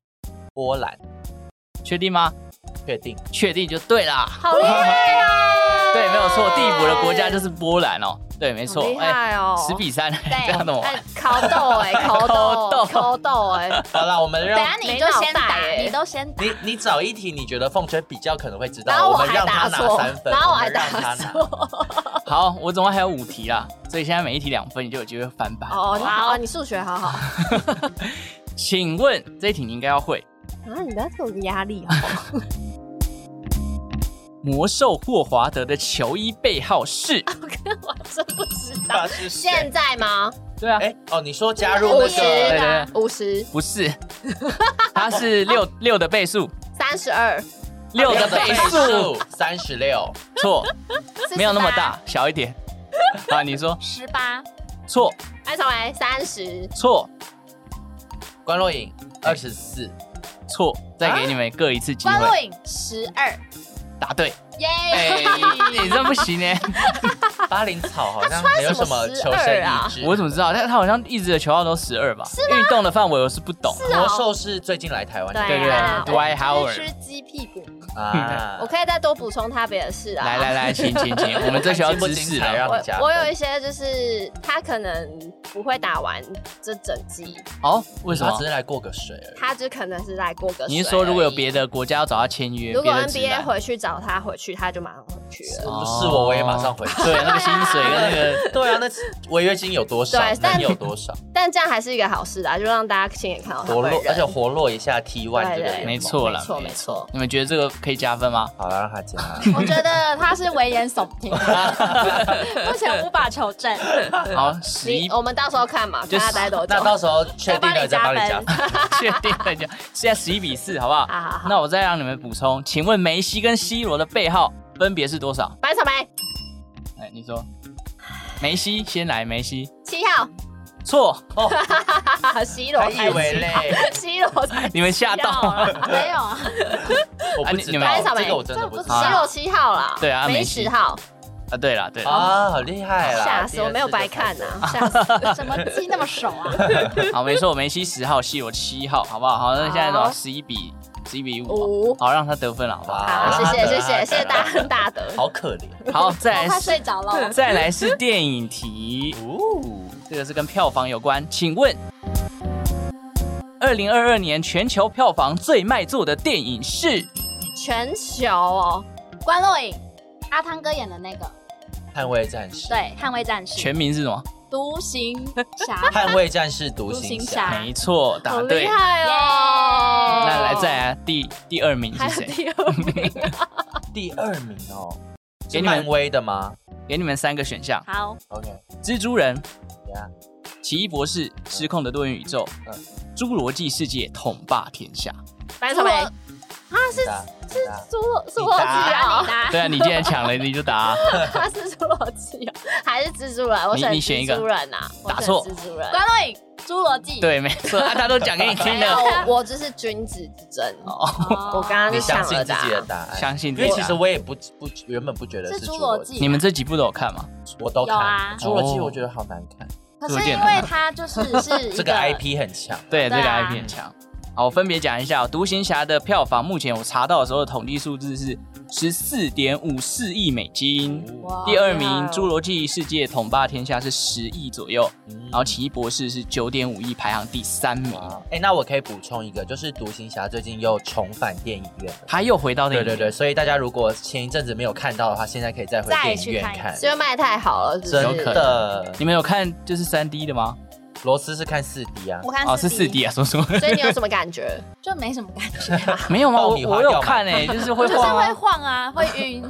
Speaker 4: 波兰，
Speaker 2: 确定吗？
Speaker 4: 确定，
Speaker 2: 确定就对啦。
Speaker 3: 好厉害哦！
Speaker 2: 对，没有错，递补的国家就是波兰哦。对，没
Speaker 3: 没
Speaker 2: 错。哎
Speaker 3: 厉害哦，
Speaker 2: 十比三， *laughs* 这样哦啊怎么玩
Speaker 3: 哎，？烤
Speaker 2: *laughs*
Speaker 3: 豆哎，烤豆，烤豆哎，
Speaker 4: 好了，我们
Speaker 5: 等
Speaker 4: 让
Speaker 5: 下啊你
Speaker 3: 没
Speaker 5: 就
Speaker 3: 脑
Speaker 5: 先
Speaker 3: 袋
Speaker 5: 打，
Speaker 3: 欸
Speaker 5: 你都 *laughs* 先打，
Speaker 4: 你你找一题，你觉得凤圈比较可能会知
Speaker 3: 然后
Speaker 4: 道，
Speaker 3: 我
Speaker 4: 们
Speaker 3: 还
Speaker 4: 让他
Speaker 3: 打
Speaker 4: 拿
Speaker 3: 错
Speaker 4: 三分，
Speaker 3: 然后我
Speaker 4: 我
Speaker 3: 还
Speaker 4: 们让
Speaker 3: 打
Speaker 4: 他拿。
Speaker 2: 好，我总共还有五题啦，所以现在每一题两分，你就有机会翻盘。
Speaker 3: 哦，好，你数学好好，啊，
Speaker 2: 请问这一题你应该要会，
Speaker 3: 你不要这种压力
Speaker 2: *laughs*
Speaker 3: 啊，
Speaker 2: 魔兽霍华德的球衣背号是？
Speaker 3: 我真不知道。
Speaker 4: 他是谁
Speaker 3: 现在吗？
Speaker 2: 对啊，
Speaker 4: 哎哦，你说加入
Speaker 3: 五
Speaker 4: 那
Speaker 3: 十
Speaker 2: 对
Speaker 4: 个
Speaker 2: 对
Speaker 3: 的，五十
Speaker 2: 不是，它
Speaker 3: *laughs*
Speaker 2: 是六六的倍数，
Speaker 3: 三十二，
Speaker 2: 六的倍数，
Speaker 4: 三十六，
Speaker 2: 错，
Speaker 5: 48
Speaker 2: 没有那么大，小一点。啊，你说
Speaker 5: 十八，
Speaker 2: 错
Speaker 3: 艾草莓哎三十，
Speaker 2: 错
Speaker 4: 关若影二十
Speaker 3: *laughs*
Speaker 4: 四，
Speaker 2: 错，再给你们各一次机
Speaker 5: 关若
Speaker 2: 会，
Speaker 5: 影十二，
Speaker 2: 答对。
Speaker 5: 耶！
Speaker 2: 哎，你这不行欸呢，
Speaker 4: 巴林草好像没有什么求生
Speaker 3: 啊
Speaker 4: 意志。
Speaker 2: 我怎么知道？但他好像一直的球号都十二吧？运动的范围我是不懂。
Speaker 4: 魔兽是最近来台湾的
Speaker 2: 对对
Speaker 3: 哦对啊
Speaker 2: 对，Y
Speaker 5: 我就是
Speaker 2: Howard
Speaker 5: 吃。鸡屁股，
Speaker 4: 啊
Speaker 3: 我可以再多补充他别的事啊。
Speaker 2: 来来来，请请请，我们最需要知识
Speaker 4: 看精不精彩
Speaker 2: 了。
Speaker 4: 让
Speaker 3: 我
Speaker 4: 你加
Speaker 3: 我
Speaker 4: 分
Speaker 3: 有一些就是他可能不会打完这整季，
Speaker 2: 哦，为什
Speaker 4: 他
Speaker 2: 么
Speaker 4: 只？是来过个水而已。
Speaker 3: 他就可能是来过个。
Speaker 2: 你是说如果有别？的国家要找他签约，
Speaker 3: 如果
Speaker 2: 别的职
Speaker 3: NBA
Speaker 2: 篮
Speaker 3: 回去找他回去，他就马上回去了。
Speaker 2: 哦
Speaker 4: 是我，我也马上
Speaker 2: *laughs*
Speaker 4: 回去。
Speaker 2: 对那个薪水跟那个
Speaker 4: 对啊，那违约金有多少？
Speaker 3: 对但
Speaker 4: 能有
Speaker 3: *laughs*
Speaker 4: 多少？
Speaker 3: 但这样还是一个好事啦，就让大家亲眼看到他
Speaker 4: 活
Speaker 3: 本
Speaker 4: 络，而且
Speaker 3: 人。
Speaker 4: 活络一下 T One 这个联盟
Speaker 2: 没错了，
Speaker 3: 没错
Speaker 2: 没
Speaker 3: 没
Speaker 2: 错
Speaker 3: 错。
Speaker 2: 你们觉得这个可以加分
Speaker 3: *laughs*
Speaker 2: 吗？
Speaker 4: 好了，让他加。
Speaker 2: 啊
Speaker 5: 我觉得他是危言耸听，
Speaker 2: *laughs*
Speaker 5: 目前无法求证。
Speaker 2: 好，十一
Speaker 3: 你我们到时候看嘛，
Speaker 2: 就
Speaker 3: 看
Speaker 2: 是
Speaker 3: 他待多久
Speaker 4: 那。到时候确定了再帮你
Speaker 3: *laughs*
Speaker 4: 加分。
Speaker 2: 确定了就，现在十一比四，好不好？
Speaker 3: 好好好
Speaker 2: 那我再让你们补充，请问梅西跟 C 罗的背号分别是多少？
Speaker 3: 白草莓
Speaker 2: 哎，你说。梅西先来，梅西
Speaker 3: 七号， *laughs*
Speaker 2: 错，哦
Speaker 3: 哈哈哈，西罗
Speaker 4: 他
Speaker 3: 才
Speaker 4: 以为
Speaker 3: 七，
Speaker 4: 嘞，
Speaker 3: *laughs* 西罗才
Speaker 2: 你们吓
Speaker 3: 七号
Speaker 2: 到。
Speaker 3: 啦，
Speaker 5: 没有 *laughs* 啊，
Speaker 4: 我
Speaker 3: 哎
Speaker 4: 不知道这个我真的不知
Speaker 2: 好啊
Speaker 3: 西
Speaker 4: 道
Speaker 3: 罗七号啦，
Speaker 2: 对啊梅
Speaker 3: 没
Speaker 2: 西
Speaker 3: 十号，
Speaker 2: 啊，对了对了，
Speaker 4: 啊，好厉害啦！
Speaker 3: 吓死我，没有白看啊
Speaker 4: 呐。
Speaker 3: 呐，吓死。
Speaker 5: 怎么记那么熟啊？ *laughs*
Speaker 2: 好，没错，梅西十号，C 罗七号，好不好？好，那现在多少？
Speaker 3: 好
Speaker 2: 十一比十一比五
Speaker 3: 五，
Speaker 2: 好，让他得分了，好不
Speaker 3: *laughs*
Speaker 2: 好？
Speaker 3: 好，谢谢谢谢谢谢大家大德。
Speaker 4: 好可怜
Speaker 2: 好，再
Speaker 5: 我
Speaker 2: 来
Speaker 5: 快
Speaker 2: 是
Speaker 5: 睡着了。
Speaker 2: 再来是电影题，
Speaker 4: 哦。
Speaker 2: 这个是跟票房有关。请问，二零二二年全球票房最卖座的电影是？
Speaker 3: 全球哦，
Speaker 5: 关若影，阿汤哥演的那个，
Speaker 4: 捍卫战士，
Speaker 5: 对，捍卫战士，
Speaker 2: 全名是什么？
Speaker 5: 独行 *laughs* 侠，
Speaker 4: 捍卫战士独
Speaker 5: 独
Speaker 4: 行
Speaker 5: 行
Speaker 4: 侠，
Speaker 5: 侠，
Speaker 2: 没错，答
Speaker 3: 好
Speaker 2: 对
Speaker 3: 厉。害哦！
Speaker 2: 那来再来第第二名
Speaker 3: 还
Speaker 2: 是
Speaker 3: 有
Speaker 2: 谁？
Speaker 3: 第二名，
Speaker 4: 第二名哦，
Speaker 2: 给
Speaker 4: 是
Speaker 2: 你们
Speaker 4: 漫威的吗
Speaker 2: 给你们三个选项：
Speaker 5: 好，
Speaker 4: ？OK，
Speaker 2: 蜘蛛人、
Speaker 3: 啊
Speaker 4: 呀，
Speaker 2: 奇异博士、失控的多元宇宙
Speaker 4: 嗯、
Speaker 2: 侏罗纪世界统霸天下。
Speaker 3: 白
Speaker 5: 草莓
Speaker 4: 是是
Speaker 3: 侏罗侏
Speaker 4: 你
Speaker 3: 罗纪
Speaker 4: 答
Speaker 3: 啊
Speaker 5: 你，答，
Speaker 2: *laughs* 对啊，你既然抢了，你就啊 *laughs* 答。
Speaker 3: 他是侏罗纪啊，还是蜘蛛人？我选
Speaker 2: 你选一
Speaker 3: 蜘
Speaker 2: 个
Speaker 3: 蛛人啊，我
Speaker 2: 打
Speaker 3: 选
Speaker 2: 错
Speaker 3: 蜘蛛人。
Speaker 5: 关洛影，侏罗纪，，
Speaker 2: 对，没错，啊他都讲给你听 *laughs*
Speaker 3: 没
Speaker 2: 了
Speaker 3: 有，，我就是君子之争。
Speaker 5: 哦
Speaker 3: 我刚刚就
Speaker 4: 哦你相
Speaker 3: 抢
Speaker 4: 信
Speaker 3: 了
Speaker 4: 自
Speaker 3: 答
Speaker 4: 己的
Speaker 3: 案。
Speaker 4: 答案，
Speaker 2: 相信
Speaker 4: 因
Speaker 2: 自己
Speaker 4: 为
Speaker 2: 答
Speaker 4: 其实我也不不原本不觉得
Speaker 5: 是
Speaker 4: 侏
Speaker 5: 侏
Speaker 4: 罗
Speaker 5: 罗
Speaker 4: 纪，
Speaker 5: 纪，啊
Speaker 2: 你们这几部都有看吗？
Speaker 4: 我都
Speaker 5: 有
Speaker 4: 看
Speaker 5: 啊
Speaker 4: 侏罗纪，
Speaker 2: 哦
Speaker 4: 我觉得好难看，
Speaker 5: 可
Speaker 2: 逐
Speaker 5: 是
Speaker 2: 渐
Speaker 5: 因
Speaker 2: 的
Speaker 5: 为它就是
Speaker 2: *laughs*
Speaker 5: 是一
Speaker 4: 这个 IP 很强。
Speaker 2: 对，这个
Speaker 5: 对啊
Speaker 2: IP 很强。好，我分别讲一下、哦，《独行侠》的票房目前我查到的时候的统计数字是十四点五四亿美金，
Speaker 3: 哇
Speaker 2: 第二名
Speaker 3: 好厉害
Speaker 2: 《
Speaker 3: 哦
Speaker 2: 侏罗纪世界统霸天下》是十亿左右，
Speaker 4: 嗯
Speaker 2: 然后《奇异博士》是九点五亿，排行第三名。
Speaker 4: 哎、那我可以补充一个，就是独行侠最近又重返电影院了。
Speaker 2: 他又回到那个，
Speaker 4: 对对对，所以大家如果前一阵子没有看到的话，现在可以再回
Speaker 5: 再
Speaker 4: 电影
Speaker 5: 去
Speaker 4: 院
Speaker 5: 看一
Speaker 4: 看。
Speaker 3: 是因为卖太好了，是不是？
Speaker 4: 真的，
Speaker 2: 你们有看就是三 D 的吗？
Speaker 4: 罗斯是看四 D 啊，
Speaker 5: 我看
Speaker 2: 哦，是四
Speaker 5: D，
Speaker 2: D 啊，什么什么？
Speaker 3: 所以你有什么感觉？
Speaker 5: 就没什么感觉，
Speaker 2: *laughs*
Speaker 5: 啊
Speaker 2: 没有吗？我
Speaker 4: 爆米花
Speaker 2: 我有
Speaker 4: 掉满
Speaker 2: 看诶、就是 *laughs* 会
Speaker 5: 就是
Speaker 2: 晃、
Speaker 5: 会
Speaker 2: 啊，
Speaker 5: 晃啊，会晕，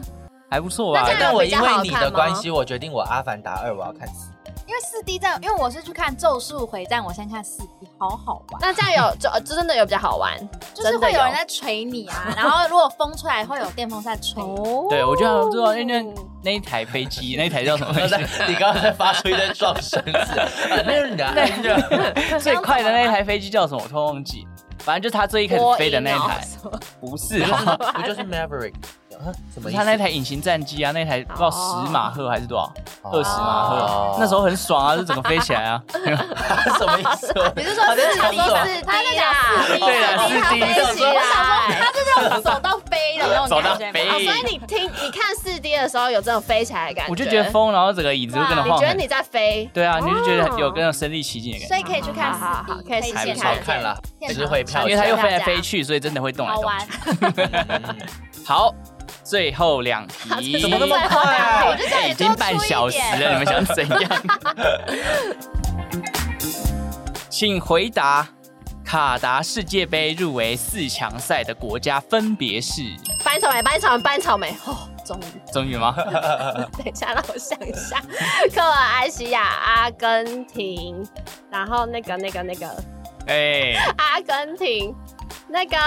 Speaker 2: 还不错吧
Speaker 3: 那？这样
Speaker 4: 但我因为
Speaker 3: 比
Speaker 4: 你
Speaker 3: 较好
Speaker 4: 的
Speaker 3: 看吗
Speaker 4: 关系，我决定我《阿凡达二》我要看四 D。
Speaker 5: 因为四 D 这样，因为我是去看《咒术回战》，我先看四 D，好好玩。
Speaker 3: 那这样有就就真的有比较好玩，
Speaker 5: 就是
Speaker 3: 真的
Speaker 5: 会有人在捶你啊， *laughs* 然后如果风吹来会有电风扇吹你，
Speaker 3: 哦
Speaker 2: 对，我觉得还不错，因为那一台飞机，那一台叫什么飞
Speaker 4: 刚
Speaker 2: 机 *laughs*
Speaker 4: 才？你刚刚在发出一阵 *laughs* 撞声字，
Speaker 2: 啊
Speaker 4: 那是你的安乐。
Speaker 2: 最快的那一台飞机叫什么？我突然忘记。反正就他最一开始飞的那一台，不是啦，
Speaker 4: 哦
Speaker 2: *laughs*
Speaker 4: 不就是 Maverick？啊什么意思？
Speaker 2: 他那台隐形战机啊，那台不知道
Speaker 3: 哦
Speaker 2: 十马赫还是多少，二十马
Speaker 4: 哦
Speaker 2: 赫，那时候很爽啊，就整个飞起来啊。
Speaker 4: 什么意思？
Speaker 3: *laughs* 你是说四
Speaker 4: 想
Speaker 3: 他
Speaker 4: 说
Speaker 3: 说四 D 啦？
Speaker 2: 对啦
Speaker 3: 他
Speaker 2: 四 D
Speaker 3: 飞起来。
Speaker 5: 就这种走到飞的那种感觉。
Speaker 2: 走到飞
Speaker 3: 哦，所以你听你看四 D 的时候有这种飞起来的感觉，
Speaker 2: 我就觉得风，然后整个椅子就跟着
Speaker 3: 你
Speaker 2: 晃
Speaker 3: 觉得
Speaker 2: 很。
Speaker 3: 你在飞？
Speaker 2: 对啊，你就觉得有跟着身临其境的感
Speaker 5: 所
Speaker 2: 觉，
Speaker 5: 以可以去看
Speaker 3: 好好
Speaker 5: 四
Speaker 3: 好
Speaker 5: D，
Speaker 3: 可以试
Speaker 4: 还
Speaker 5: 推
Speaker 3: 试
Speaker 4: 不
Speaker 5: 荐
Speaker 4: 错
Speaker 3: 看，
Speaker 4: 看了，
Speaker 5: 电
Speaker 4: 值
Speaker 5: 脑
Speaker 4: 回票
Speaker 2: 因为它又
Speaker 4: 价。
Speaker 2: 飞来飞去，所以真的会动来
Speaker 5: 好
Speaker 2: 动
Speaker 5: 玩
Speaker 2: 去。。
Speaker 4: 嗯
Speaker 2: 好，最后两题，
Speaker 4: 怎么那么快啊
Speaker 5: 我就叫
Speaker 2: 哎已
Speaker 5: 你多
Speaker 2: 经半
Speaker 5: 出一
Speaker 2: 小时
Speaker 5: 点
Speaker 2: 了，你们想怎样？ *laughs* 请回答卡达世界杯入围四强赛的国家分别是？
Speaker 3: 搬草莓，搬草莓，搬草莓。哦，终于，
Speaker 2: 终于吗？ *laughs*
Speaker 3: 等一下，让我想一下。克罗埃西亚、阿根廷，然后那个、那个、那个，
Speaker 2: 哎、
Speaker 3: 阿根廷，那个、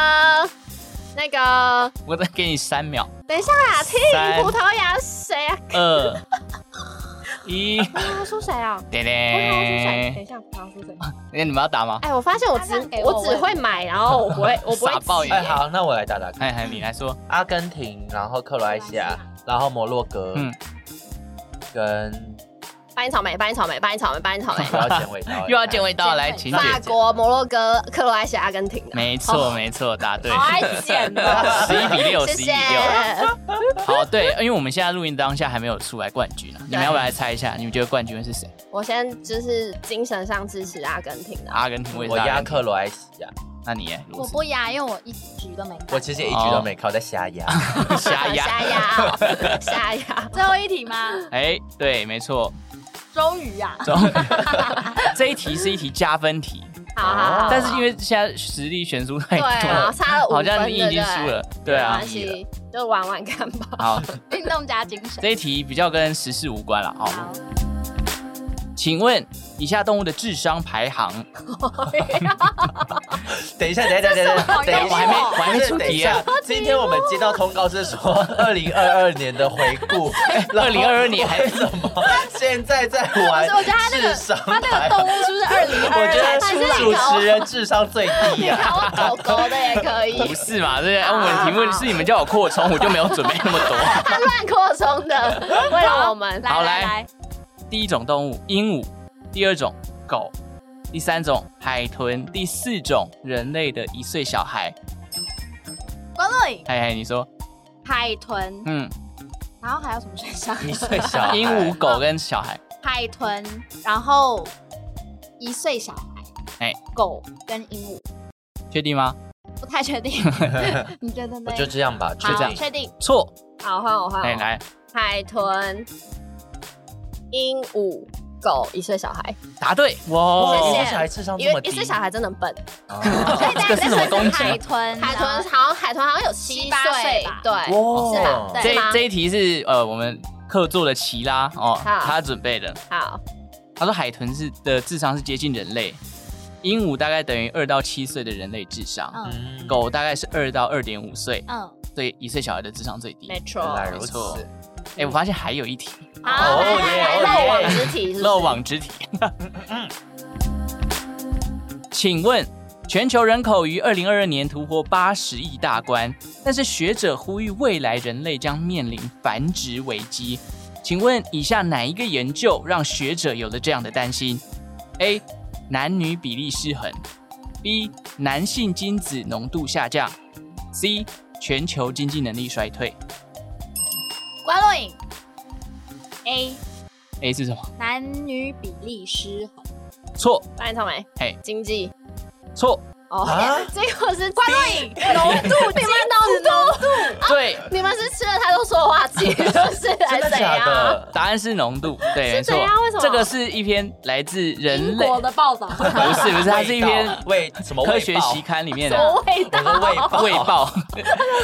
Speaker 3: 那个，
Speaker 2: 我再给你三秒，
Speaker 3: 等一下啦，听
Speaker 2: 哦三
Speaker 3: 葡萄牙
Speaker 2: *laughs*
Speaker 3: 谁啊？
Speaker 2: 二一，
Speaker 3: 葡萄牙输谁啊？
Speaker 2: 点
Speaker 3: 葡萄牙输谁？等一
Speaker 2: 点。
Speaker 3: 下，葡萄牙输
Speaker 4: *laughs*
Speaker 3: 谁？
Speaker 2: 那你们要打吗？
Speaker 3: 哎，我发现我只
Speaker 5: 他让给我
Speaker 3: 我只会买，然后我不会，我
Speaker 2: *laughs*
Speaker 3: 不
Speaker 2: 傻爆
Speaker 3: 会
Speaker 2: 眼
Speaker 3: 记
Speaker 4: 哎，好，那我来打打看。
Speaker 2: 哎哎，你来说，
Speaker 4: 阿根廷，然后克罗埃西亚
Speaker 5: 克罗，
Speaker 4: 然后摩洛哥，
Speaker 2: 嗯，
Speaker 4: 跟
Speaker 3: 搬草莓，搬草莓，搬草莓，搬草莓。
Speaker 4: 又要剪尾刀
Speaker 2: *laughs* 又要见味道，来，请姐
Speaker 3: 法
Speaker 2: 姐。
Speaker 3: 国、摩洛哥、克罗埃西亚、阿根廷的。啊
Speaker 2: 没错，没错，答对。
Speaker 5: 好啊爱剪的，
Speaker 4: 啊
Speaker 2: *laughs* 十一比六，
Speaker 3: *laughs* 谢
Speaker 2: 十一比
Speaker 3: 谢。
Speaker 2: 六。好，对，因为我们现在录音当下还没有出来冠军啊，你们要不要来猜一下？你们觉得冠军会是谁？
Speaker 3: 我先就是精神上支持阿根廷的。
Speaker 2: 阿根廷会是
Speaker 4: 我
Speaker 2: 阿
Speaker 4: 压
Speaker 2: 根廷
Speaker 4: 克罗埃西亚，
Speaker 2: 那你耶，
Speaker 5: 我不压，因为我一局都没看。
Speaker 4: 我其实也一局都没靠，在瞎压。
Speaker 2: 不
Speaker 3: *laughs*
Speaker 2: 瞎压
Speaker 3: 瞎。压哦，
Speaker 2: *laughs*
Speaker 3: 瞎压。
Speaker 5: *laughs* 最后一题 *laughs* 吗？
Speaker 2: 哎，对，没错，
Speaker 5: 终于啊，
Speaker 2: 终这一题是一题加分题，
Speaker 3: 好好好。
Speaker 2: 但是因为现在实力悬殊太
Speaker 3: 对
Speaker 2: 多
Speaker 3: 啊，
Speaker 2: 了，
Speaker 3: 差了五
Speaker 2: 好
Speaker 3: 分，
Speaker 2: 像你已
Speaker 3: 对
Speaker 2: 经
Speaker 3: 不对
Speaker 2: 输了，，对
Speaker 3: 没
Speaker 2: 啊
Speaker 3: 关。系，就玩玩看吧。 *laughs*
Speaker 2: 好，
Speaker 5: 运动加精神。
Speaker 2: 这一题比较跟时事无关了
Speaker 5: *laughs* 好
Speaker 2: 哦。请问以下动物的智商排行？
Speaker 4: 等一下，等一下，等一下，等一
Speaker 2: 我
Speaker 4: 下，
Speaker 2: 还没我还没出
Speaker 4: 等一
Speaker 2: 题
Speaker 4: 下
Speaker 2: 啊。
Speaker 4: 今天我们接到通告是说二零二二年的回顾，
Speaker 2: 二零二二年还
Speaker 4: 为什么现在在玩
Speaker 5: 不是我觉得他那个
Speaker 4: 智商
Speaker 5: 它那个
Speaker 4: 牌？
Speaker 5: 动物是不是二零
Speaker 4: *laughs* 我
Speaker 5: 二
Speaker 4: 觉
Speaker 5: 二
Speaker 4: 得
Speaker 5: 才出？
Speaker 4: 主持人智商最低啊！
Speaker 3: 看我狗狗的也可以
Speaker 2: 不，是嘛？对不对？啊我们的题目是你们叫我扩充，我就没有准备那么多。
Speaker 3: 它乱扩充的，为了我们。
Speaker 5: 来
Speaker 2: 好
Speaker 5: 来
Speaker 2: 来
Speaker 5: 来，
Speaker 2: 第一种动物鹦鹉，第二种狗，第三种海豚，第四种人类的一岁小孩。
Speaker 5: 关洛影、
Speaker 2: 嘿嘿，你说，
Speaker 5: 海豚，
Speaker 2: 嗯，
Speaker 5: 然后还有什么选项？
Speaker 4: 一岁小孩
Speaker 2: 鹦鹉、狗跟小孩，
Speaker 5: *laughs* 海豚，然后一岁小孩，
Speaker 2: 哎
Speaker 5: 狗跟鹦鹉，
Speaker 2: 确定吗？
Speaker 5: 不太确
Speaker 4: *laughs*
Speaker 5: 定。 *laughs* 你觉得呢
Speaker 4: 我？就这样吧，就
Speaker 5: 好
Speaker 4: 这样。
Speaker 5: 确定
Speaker 2: 错，
Speaker 3: 好，换我换
Speaker 2: 哎，
Speaker 3: 我。
Speaker 2: 来，
Speaker 3: 海豚、鹦鹉、狗、一岁小孩，
Speaker 2: 答对，哇！
Speaker 3: 谢谢
Speaker 4: 哇小哦孩智商
Speaker 3: 因
Speaker 4: 这
Speaker 3: 为
Speaker 4: 么低，
Speaker 3: 一岁小孩真的很笨。
Speaker 4: 哦
Speaker 5: 所以大
Speaker 2: 这
Speaker 5: 家
Speaker 2: 是什么东西啊
Speaker 5: 海豚，啊
Speaker 3: 海豚好像海豚好像有七八岁
Speaker 5: 七八岁吧
Speaker 3: 对，是吧？
Speaker 5: 对
Speaker 2: 这
Speaker 3: 是吗
Speaker 2: 这一题是呃我们客座的奇拉哦，
Speaker 3: 好
Speaker 2: 他准备的。
Speaker 3: 好，
Speaker 2: 他说海豚是的智商是接近人类，鹦鹉大概等于二到七岁的人类智商，
Speaker 5: 嗯
Speaker 4: 嗯
Speaker 2: 狗大概是二到二点五岁，
Speaker 5: 嗯，
Speaker 2: 所以一岁小孩的智商最低。
Speaker 3: 没错。
Speaker 4: 原
Speaker 3: 好，
Speaker 4: 来如此
Speaker 2: 没错哎、我发现还有一题
Speaker 4: 哦
Speaker 3: 来来来漏网
Speaker 4: 耶哦耶
Speaker 3: 之体是不是
Speaker 2: 漏。网之题。 *laughs* 请问，全球人口于二零二二年突破八十亿大关，但是学者呼吁未来人类将面临繁殖危机。请问，以下哪一个研究让学者有了这样的担心？A. 男女比例失衡；B. 男性精子浓度下降；C. 全球经济能力衰退。
Speaker 5: 关洛影，A
Speaker 2: A 是什么？
Speaker 5: 男女比例失衡，
Speaker 2: 错
Speaker 3: 白草莓，
Speaker 2: 嘿
Speaker 3: 经济
Speaker 2: 错，
Speaker 3: 哦
Speaker 4: 啊，
Speaker 3: 结果是关洛影浓度，你们浓度，
Speaker 2: 对，
Speaker 3: 你们是吃了太多说话剂，是不是？还
Speaker 4: 真
Speaker 3: 是
Speaker 4: 的
Speaker 3: 怎
Speaker 4: 假
Speaker 3: 样？
Speaker 4: 的？
Speaker 2: 答案是浓度，对，没
Speaker 3: 是怎
Speaker 2: 错
Speaker 3: 样为什。么
Speaker 2: 这个是一篇来自人
Speaker 5: 英
Speaker 2: 类，
Speaker 5: 国的报道，
Speaker 2: 不是不是，它是一篇
Speaker 4: 为什么
Speaker 2: 科
Speaker 4: 喂
Speaker 2: 学
Speaker 4: 爆
Speaker 2: 期刊里面
Speaker 3: 什么
Speaker 2: 的
Speaker 3: 味道？
Speaker 4: 我喂
Speaker 2: 卫报。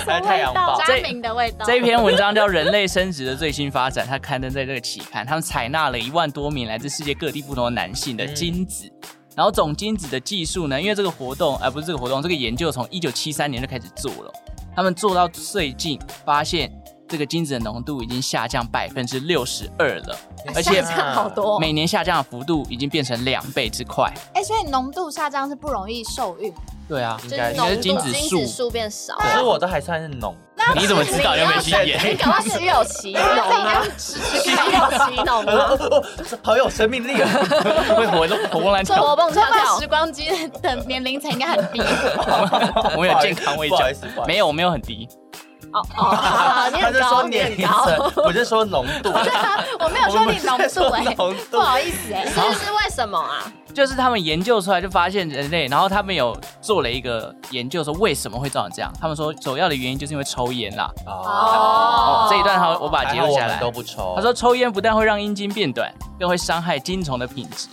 Speaker 4: 还呃是太阳报
Speaker 2: 这
Speaker 5: 渣明的味道。
Speaker 2: 这篇文章叫《人类生殖的最新发展》，它刊登在这个期刊，他们采纳了一万多名来自世界各地不同的男性的精子。然后总精子的技术呢，因为这个活动，呃而、不是这个活动，这个研究从一九七三年就开始做了。他们做到最近，发现这个精子的浓度已经下降百分之六十二了，而且呃
Speaker 3: 下降好多，
Speaker 2: 每年下降的幅度已经变成两倍之快。
Speaker 5: 哎，所以浓度下降是不容易受孕。
Speaker 2: 对啊，
Speaker 4: 应
Speaker 3: 就
Speaker 4: 该
Speaker 3: 是
Speaker 4: 是
Speaker 2: 浓
Speaker 3: 浓
Speaker 2: 度
Speaker 3: 度
Speaker 2: 精子啊数
Speaker 3: 子数变少
Speaker 4: 可。是我都还算是浓，
Speaker 2: 你怎么知道有没有去
Speaker 3: 你
Speaker 2: 演？
Speaker 3: 哎搞到虚
Speaker 2: *laughs*
Speaker 3: 有其浓啊，虚有其浓啊，
Speaker 4: *laughs* 好有生命力 *laughs* 啊！
Speaker 2: 会活动活蹦乱
Speaker 3: 做
Speaker 2: 跳，
Speaker 3: 活蹦
Speaker 5: 这
Speaker 3: 跳
Speaker 5: 块
Speaker 3: 跳
Speaker 5: 时。光机的年龄层应该
Speaker 3: *laughs*
Speaker 5: 很低。
Speaker 2: 我有健康微
Speaker 4: 不
Speaker 2: 教
Speaker 4: 好意思，不好意思
Speaker 2: 没有，我没有很低。
Speaker 3: 哦哦，你
Speaker 4: 他
Speaker 3: 很
Speaker 4: 是
Speaker 3: 高，
Speaker 4: 说
Speaker 3: 你
Speaker 4: 年
Speaker 3: 很
Speaker 4: 龄
Speaker 3: 高。
Speaker 4: 层，我是说浓度。啊
Speaker 5: 我没有说你浓
Speaker 3: *laughs*
Speaker 5: 度
Speaker 4: 我
Speaker 5: 哎
Speaker 4: 们是说浓，
Speaker 5: 不
Speaker 4: 度
Speaker 5: 好意思哎。
Speaker 3: 这是为什么啊？
Speaker 2: 就是他们研究出来就发现人类，然后他们有做了一个研究说为什么会造成这样。他们说首要的原因就是因为抽烟啦。
Speaker 3: 哦
Speaker 2: 这一段好，我把它
Speaker 4: 还
Speaker 2: 截
Speaker 4: 好
Speaker 2: 录
Speaker 4: 我
Speaker 2: 下
Speaker 4: 们
Speaker 2: 来
Speaker 4: 都。不抽。
Speaker 2: 他说抽烟不但会让阴茎变短，更会伤害精虫的品质。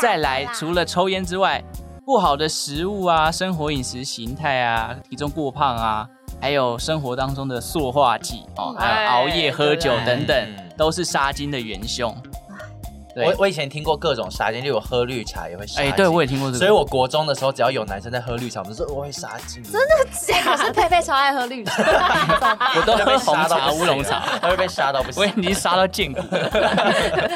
Speaker 2: 再来，除了抽烟之外，不好的食物啊、生活饮食形态啊、体重过胖啊，还有生活当中的塑化剂
Speaker 3: 嗯
Speaker 2: 哦，
Speaker 3: 哎
Speaker 2: 还有熬夜、喝酒等等
Speaker 4: 嗯，
Speaker 2: 都是杀精的元凶。对
Speaker 4: 我，我以前听过各种杀精，例如喝绿茶也会杀
Speaker 2: 哎、
Speaker 4: 精。
Speaker 2: 对我也听过这个，
Speaker 4: 所以我国中的时候，只要有男生在喝绿茶，我们就说我会杀精。真的
Speaker 5: 哎，可是佩佩超爱喝绿茶，
Speaker 3: 啊
Speaker 2: 我都
Speaker 4: 会
Speaker 2: 喝
Speaker 4: 被
Speaker 2: 红
Speaker 4: 杀到
Speaker 2: 茶、
Speaker 4: 不行
Speaker 2: 乌龙 *laughs* 茶。，
Speaker 4: 他会被杀到不
Speaker 2: 我已
Speaker 4: 行。
Speaker 2: 经杀到见骨
Speaker 3: *laughs*
Speaker 2: 了。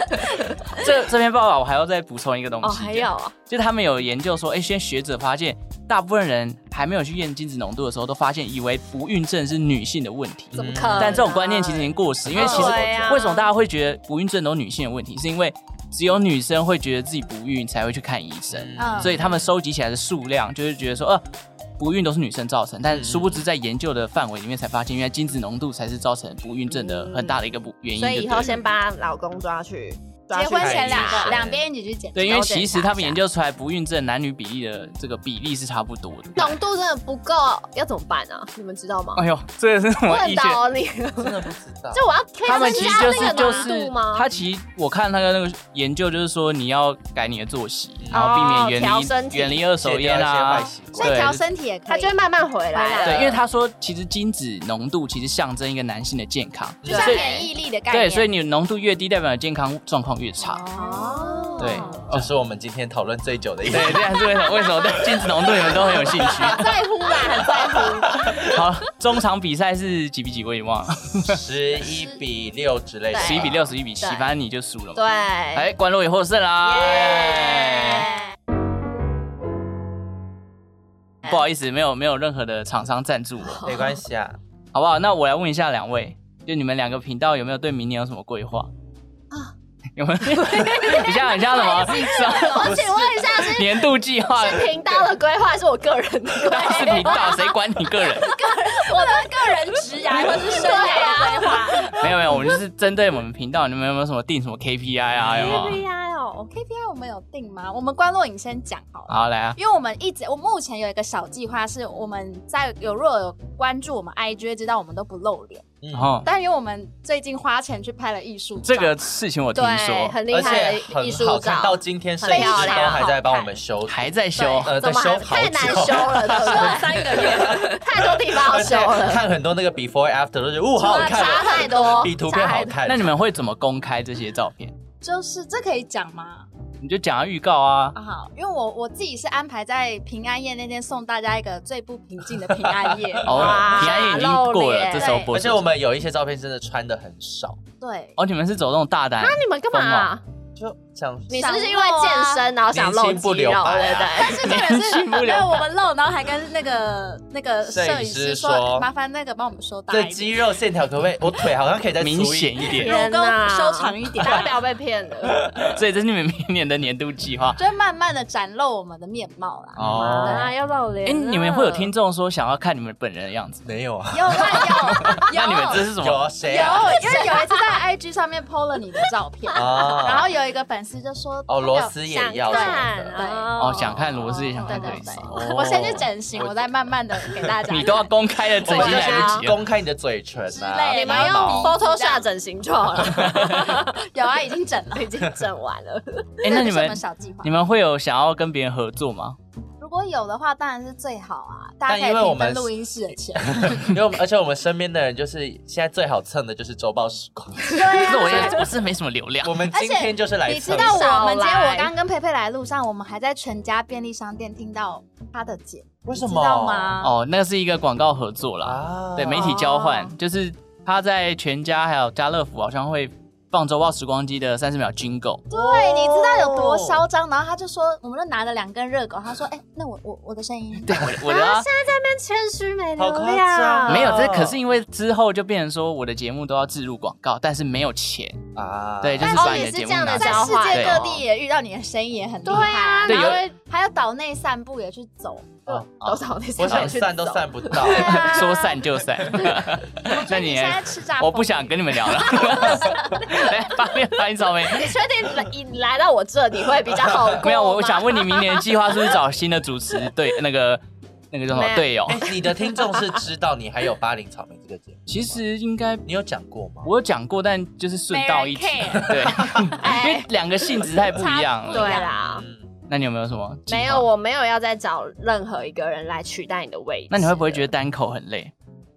Speaker 2: 这这篇报道我还要再补充一个东西，
Speaker 3: 哦，还有啊，
Speaker 2: 就他们有研究说，哎、现在学者发现，大部分人还没有去验精子浓度的时候，都发现以为不孕症是女性的问题。
Speaker 3: 怎么可能？啊
Speaker 2: 但这种观念其实已经过时，因为其实
Speaker 3: 对啊
Speaker 2: 为什么大家会觉得不孕症都是女性的问题，是因为只有女生会觉得自己不孕才会去看医生，
Speaker 5: 嗯
Speaker 2: 所以他们收集起来的数量就是觉得说，呃，不孕都是女生造成，但殊不知在研究的范围里面才发现，原来精子浓度才是造成不孕症的很大的一个不原因。
Speaker 3: 嗯所以以
Speaker 2: 对不
Speaker 3: 后
Speaker 2: 对
Speaker 3: 先把老公抓去， *laughs* 抓
Speaker 5: 结
Speaker 3: 去
Speaker 5: 婚
Speaker 3: 检
Speaker 5: 前两
Speaker 3: 查
Speaker 5: 个两边一起去检查。
Speaker 2: 对，因为其实他们研
Speaker 5: 究
Speaker 2: 究出来不孕症男女比例的这个比例是差不多的。
Speaker 3: 浓度真的不够，要怎么办啊？ *laughs* 你们
Speaker 2: *laughs*
Speaker 3: 知道吗？
Speaker 2: 哎呦，这个是什么
Speaker 3: 问
Speaker 2: 医学？
Speaker 3: 到你， *laughs*
Speaker 4: 真的不知道。
Speaker 3: 就我要可以
Speaker 2: 他们其
Speaker 3: 增
Speaker 2: 实
Speaker 3: 加
Speaker 2: 就是
Speaker 3: 那
Speaker 2: 就
Speaker 3: 个
Speaker 2: 是
Speaker 3: 浓度吗？
Speaker 2: 他其实我看那个那个研究就是说你要改你的作息，然后避免
Speaker 3: 哦调
Speaker 2: 远
Speaker 3: 身体
Speaker 2: 离远离二手烟啊
Speaker 4: 戒掉一些坏习，惯
Speaker 5: 所以
Speaker 2: 对
Speaker 5: 调身体也可以，
Speaker 3: 它就会慢慢回
Speaker 5: 回来
Speaker 3: 来。
Speaker 2: 对，因为他说其实精子浓度其实象征一个男性的健康，
Speaker 5: 就像
Speaker 2: 所以
Speaker 5: 免疫力的概念。
Speaker 2: 对，所以你浓度越低，代表你健康状况越差。
Speaker 3: 哦
Speaker 2: 对，
Speaker 4: 这是我们今天讨论最久的一
Speaker 2: 对，
Speaker 4: 点。
Speaker 2: 这样是为什么？为什么对精子浓度你们都很有兴趣？
Speaker 3: 在乎啦，很在乎。
Speaker 2: 好，中场比赛是几比几？我也忘了，
Speaker 4: 十一比六之类的，
Speaker 2: 十一比六，十一比七，
Speaker 3: 对
Speaker 2: 反正你就输了嘛。
Speaker 3: 对，
Speaker 2: 哎，关洛也获胜啦！哎不好意思，没有没有任何的厂商赞助我，
Speaker 4: 没关系啊。
Speaker 2: 好不好？那我来问一下两位，就你们两个频道有没有对明年有什么规划啊？有没 *laughs* 有？你像你像什么？是吧
Speaker 3: 我
Speaker 5: 哦
Speaker 3: 请问一下，是
Speaker 2: 年度计划
Speaker 3: 是频道的规划，还是我个人的规划？
Speaker 2: 是频道，谁管你个人？
Speaker 3: 我的个人职涯或是生涯的规划。
Speaker 2: 没有没有，我们就是针对我们频道，你们有没有什么定什么 KPI 啊？有没有？
Speaker 3: KPI 哦，
Speaker 5: KPI 我们有定吗？我们关洛影先讲好了。
Speaker 2: 好，来啊！
Speaker 5: 因为我们一直，我目前有一个小计划，是我们在有若有关注我们 IG 会知道我们都不露脸，
Speaker 4: 嗯
Speaker 2: 然后
Speaker 5: 但因为我们最近花钱去拍了艺术照，
Speaker 2: 这个事情我听
Speaker 3: 对，
Speaker 2: 说
Speaker 3: 很厉
Speaker 4: 而
Speaker 3: 害
Speaker 4: 且
Speaker 3: 的艺术
Speaker 4: 很好看，到
Speaker 3: 照，
Speaker 4: 今天摄
Speaker 3: 很
Speaker 4: 影
Speaker 3: 漂
Speaker 4: 师
Speaker 3: 亮
Speaker 4: 都还在帮
Speaker 5: 好
Speaker 4: 我们修，
Speaker 2: 还在修，
Speaker 3: 对
Speaker 4: 呃，在
Speaker 3: 怎么
Speaker 4: 修
Speaker 3: 还
Speaker 4: 好
Speaker 3: 太难修
Speaker 4: 久。
Speaker 3: 了，对不 *laughs* 对？
Speaker 5: 三个月，
Speaker 3: 太多地方要
Speaker 4: 而且
Speaker 3: 修
Speaker 4: *laughs*
Speaker 3: 了，
Speaker 4: 看很多那个 before after 都觉得，哦，好好看
Speaker 3: 差
Speaker 4: 哦，
Speaker 3: 太多，
Speaker 4: 比图片
Speaker 3: 差
Speaker 4: 好
Speaker 3: 太多。
Speaker 4: 看。
Speaker 2: 那你们会怎么公开这些照片？
Speaker 5: 就是这可以讲吗？
Speaker 2: 你就讲啊预告啊，
Speaker 5: 啊好，因为我我自己是安排在平安夜那天送大家一个最不平静的平安
Speaker 4: *laughs*
Speaker 5: 夜。
Speaker 2: 哦
Speaker 3: 哇，
Speaker 2: 平安夜已经过
Speaker 3: 露
Speaker 2: 了，
Speaker 3: 脸
Speaker 2: 这时候播
Speaker 4: 而
Speaker 2: 出。
Speaker 4: 且我们有一些照片真的穿的很少，
Speaker 5: 对，
Speaker 2: 哦，你们是走这种大胆，
Speaker 3: 那你们干嘛啊？
Speaker 4: 就想
Speaker 3: 你是不是因为健身然后想露
Speaker 4: 年轻不
Speaker 3: 肌
Speaker 4: 留
Speaker 3: 肉，
Speaker 4: 白啊
Speaker 3: 对
Speaker 5: 是重
Speaker 3: 不对？
Speaker 5: 点是
Speaker 4: *laughs*
Speaker 2: 信不了
Speaker 5: 没有我们露，然后还跟那个那个摄
Speaker 4: 摄
Speaker 5: 影
Speaker 4: 影
Speaker 5: 师
Speaker 4: 师
Speaker 5: 说，
Speaker 4: 说
Speaker 5: 麻烦那个帮我们收大
Speaker 4: 这
Speaker 5: 一点，
Speaker 4: 肌肉线条可不可以？我腿好像可以再粗
Speaker 2: 明显
Speaker 4: 一
Speaker 2: 一
Speaker 4: 点。
Speaker 2: 点。
Speaker 5: 乳
Speaker 3: 天
Speaker 5: 沟
Speaker 3: 哪
Speaker 5: 收长一点， *laughs*
Speaker 3: 大家不要被骗了。
Speaker 4: *laughs*
Speaker 2: 所以这是你们明年的年度计划。
Speaker 5: 就会慢慢的展露我们的面貌啦。
Speaker 3: 啊，
Speaker 2: 哦，
Speaker 3: 要露脸
Speaker 2: 哎、
Speaker 3: 了。
Speaker 2: 你们会有听众说想要看你们本人的样子？
Speaker 4: 没有啊，
Speaker 5: *laughs* 有
Speaker 4: *laughs*
Speaker 5: 啦有，有
Speaker 2: 那你们这是什
Speaker 4: 有
Speaker 2: 么？
Speaker 4: 啊，谁
Speaker 5: 有
Speaker 4: 啊？，
Speaker 5: 因为有一次在 IG 上面 PO 了你的照片，
Speaker 4: 啊
Speaker 5: 然后有一个粉丝就说，
Speaker 4: 哦，螺丝也
Speaker 3: 想
Speaker 4: 要什么
Speaker 3: 看
Speaker 4: 的。
Speaker 2: 哦，想看罗志也想
Speaker 5: 对
Speaker 2: 看克
Speaker 5: 对
Speaker 2: 里斯
Speaker 5: 对，，
Speaker 4: 哦
Speaker 5: *laughs* 我先去整形，我再慢慢的给
Speaker 4: *laughs*
Speaker 5: 大家看。
Speaker 2: 你都要公开的
Speaker 4: 我
Speaker 2: 整
Speaker 4: 们
Speaker 2: 形
Speaker 4: 哦就
Speaker 2: 来得
Speaker 4: 是
Speaker 2: 及了。
Speaker 4: 公开你的嘴唇啊，
Speaker 5: 之类的
Speaker 3: 你们用
Speaker 4: 眉毛
Speaker 3: Photoshop 整形就好了，
Speaker 4: *laughs*
Speaker 5: 有啊，已经整了。
Speaker 3: 已经整完了。
Speaker 2: 哎、那你
Speaker 5: 这是我
Speaker 2: 们
Speaker 5: 小计划
Speaker 2: 你，们会有想要跟别人合作
Speaker 4: *laughs*
Speaker 2: 吗？
Speaker 5: 如果有的话，当然是最好啊，大
Speaker 4: 但
Speaker 5: 家可以
Speaker 4: 因为我
Speaker 5: 平
Speaker 4: 们
Speaker 5: 分录音室的
Speaker 4: *laughs*
Speaker 5: 钱。
Speaker 4: 因为我们而且我们身边的人就是现在最好蹭的就是周报时
Speaker 5: *laughs*
Speaker 4: 光，
Speaker 2: 可是我也我是没什么流量
Speaker 4: 我，们今天就是
Speaker 5: 啊
Speaker 4: 来
Speaker 5: 你知
Speaker 4: 蹭。
Speaker 5: 道我们
Speaker 3: 少
Speaker 5: 今天我
Speaker 3: 来
Speaker 5: 刚跟佩佩来路上，我们还在全家便利商店听到他的姐，
Speaker 4: 为
Speaker 5: 你
Speaker 4: 什
Speaker 5: 知
Speaker 4: 么？
Speaker 5: 道吗？
Speaker 2: 哦，那是一个广告合作啦，
Speaker 4: 啊
Speaker 2: 对媒体交换，就是他在全家还有家乐福好像会放周报时光机的三十秒 Jingle，
Speaker 4: 哦
Speaker 5: 对，你知道有多嚣张？然后他就说，我们就拿了两根热狗，他说，哎、那我我我的声音，
Speaker 2: 对，我的我的、啊、
Speaker 3: 但谦虚没
Speaker 4: 好夸张哦
Speaker 2: 没有，这可是因为之后就变成说我的节目都要置入广告，但是没有钱，
Speaker 4: 啊
Speaker 2: 对，就是
Speaker 3: 哦
Speaker 2: 把你
Speaker 3: 也
Speaker 2: 的
Speaker 3: 是
Speaker 2: 节目
Speaker 3: 这样的
Speaker 2: 拿
Speaker 5: 在
Speaker 2: 走。
Speaker 3: 交
Speaker 5: 世
Speaker 3: 换
Speaker 5: 界
Speaker 2: 哦
Speaker 5: 各地也遇到你的声音也很厉
Speaker 3: 对
Speaker 5: 害。
Speaker 3: 啊，
Speaker 2: 对
Speaker 3: 然
Speaker 2: 有
Speaker 3: 后
Speaker 5: 还有岛内散步也去走，
Speaker 4: 哦
Speaker 3: 都找那些
Speaker 4: 我
Speaker 3: 人
Speaker 4: 想
Speaker 3: 去
Speaker 4: 散都
Speaker 3: 走
Speaker 4: 散不
Speaker 2: *laughs*
Speaker 4: 到。
Speaker 3: 啊
Speaker 2: 说散就
Speaker 3: *laughs*
Speaker 2: 散。那你
Speaker 5: 你
Speaker 2: 呢
Speaker 5: 现在吃炸
Speaker 2: 我
Speaker 5: 风
Speaker 2: 不想跟你们聊
Speaker 3: *laughs*
Speaker 2: 了。来，八面八音草莓。
Speaker 3: 你确定来你来到我这里会比较好
Speaker 4: *laughs*
Speaker 3: 过
Speaker 2: 没有，我我
Speaker 3: 吗
Speaker 2: 想问你，明年的计划是不是找新的主持对那个那个叫什
Speaker 3: 没
Speaker 2: 么
Speaker 3: 有
Speaker 2: 队友？
Speaker 4: 哎，你的听众是知道你还有八零草莓这个节目吗，
Speaker 2: 其实应该
Speaker 4: 你有讲过吗？
Speaker 2: 我有讲过，但就是顺道一提
Speaker 5: 没人 care。
Speaker 2: 对，因
Speaker 3: 哎
Speaker 2: 为两个性质太不一样
Speaker 3: 对
Speaker 2: 了。
Speaker 3: 啦，
Speaker 4: 嗯
Speaker 2: 那你有没有什么？
Speaker 3: 没有，。我没有要再找任何一个人来取代你的位置。
Speaker 2: 那你会不会觉得单口很累？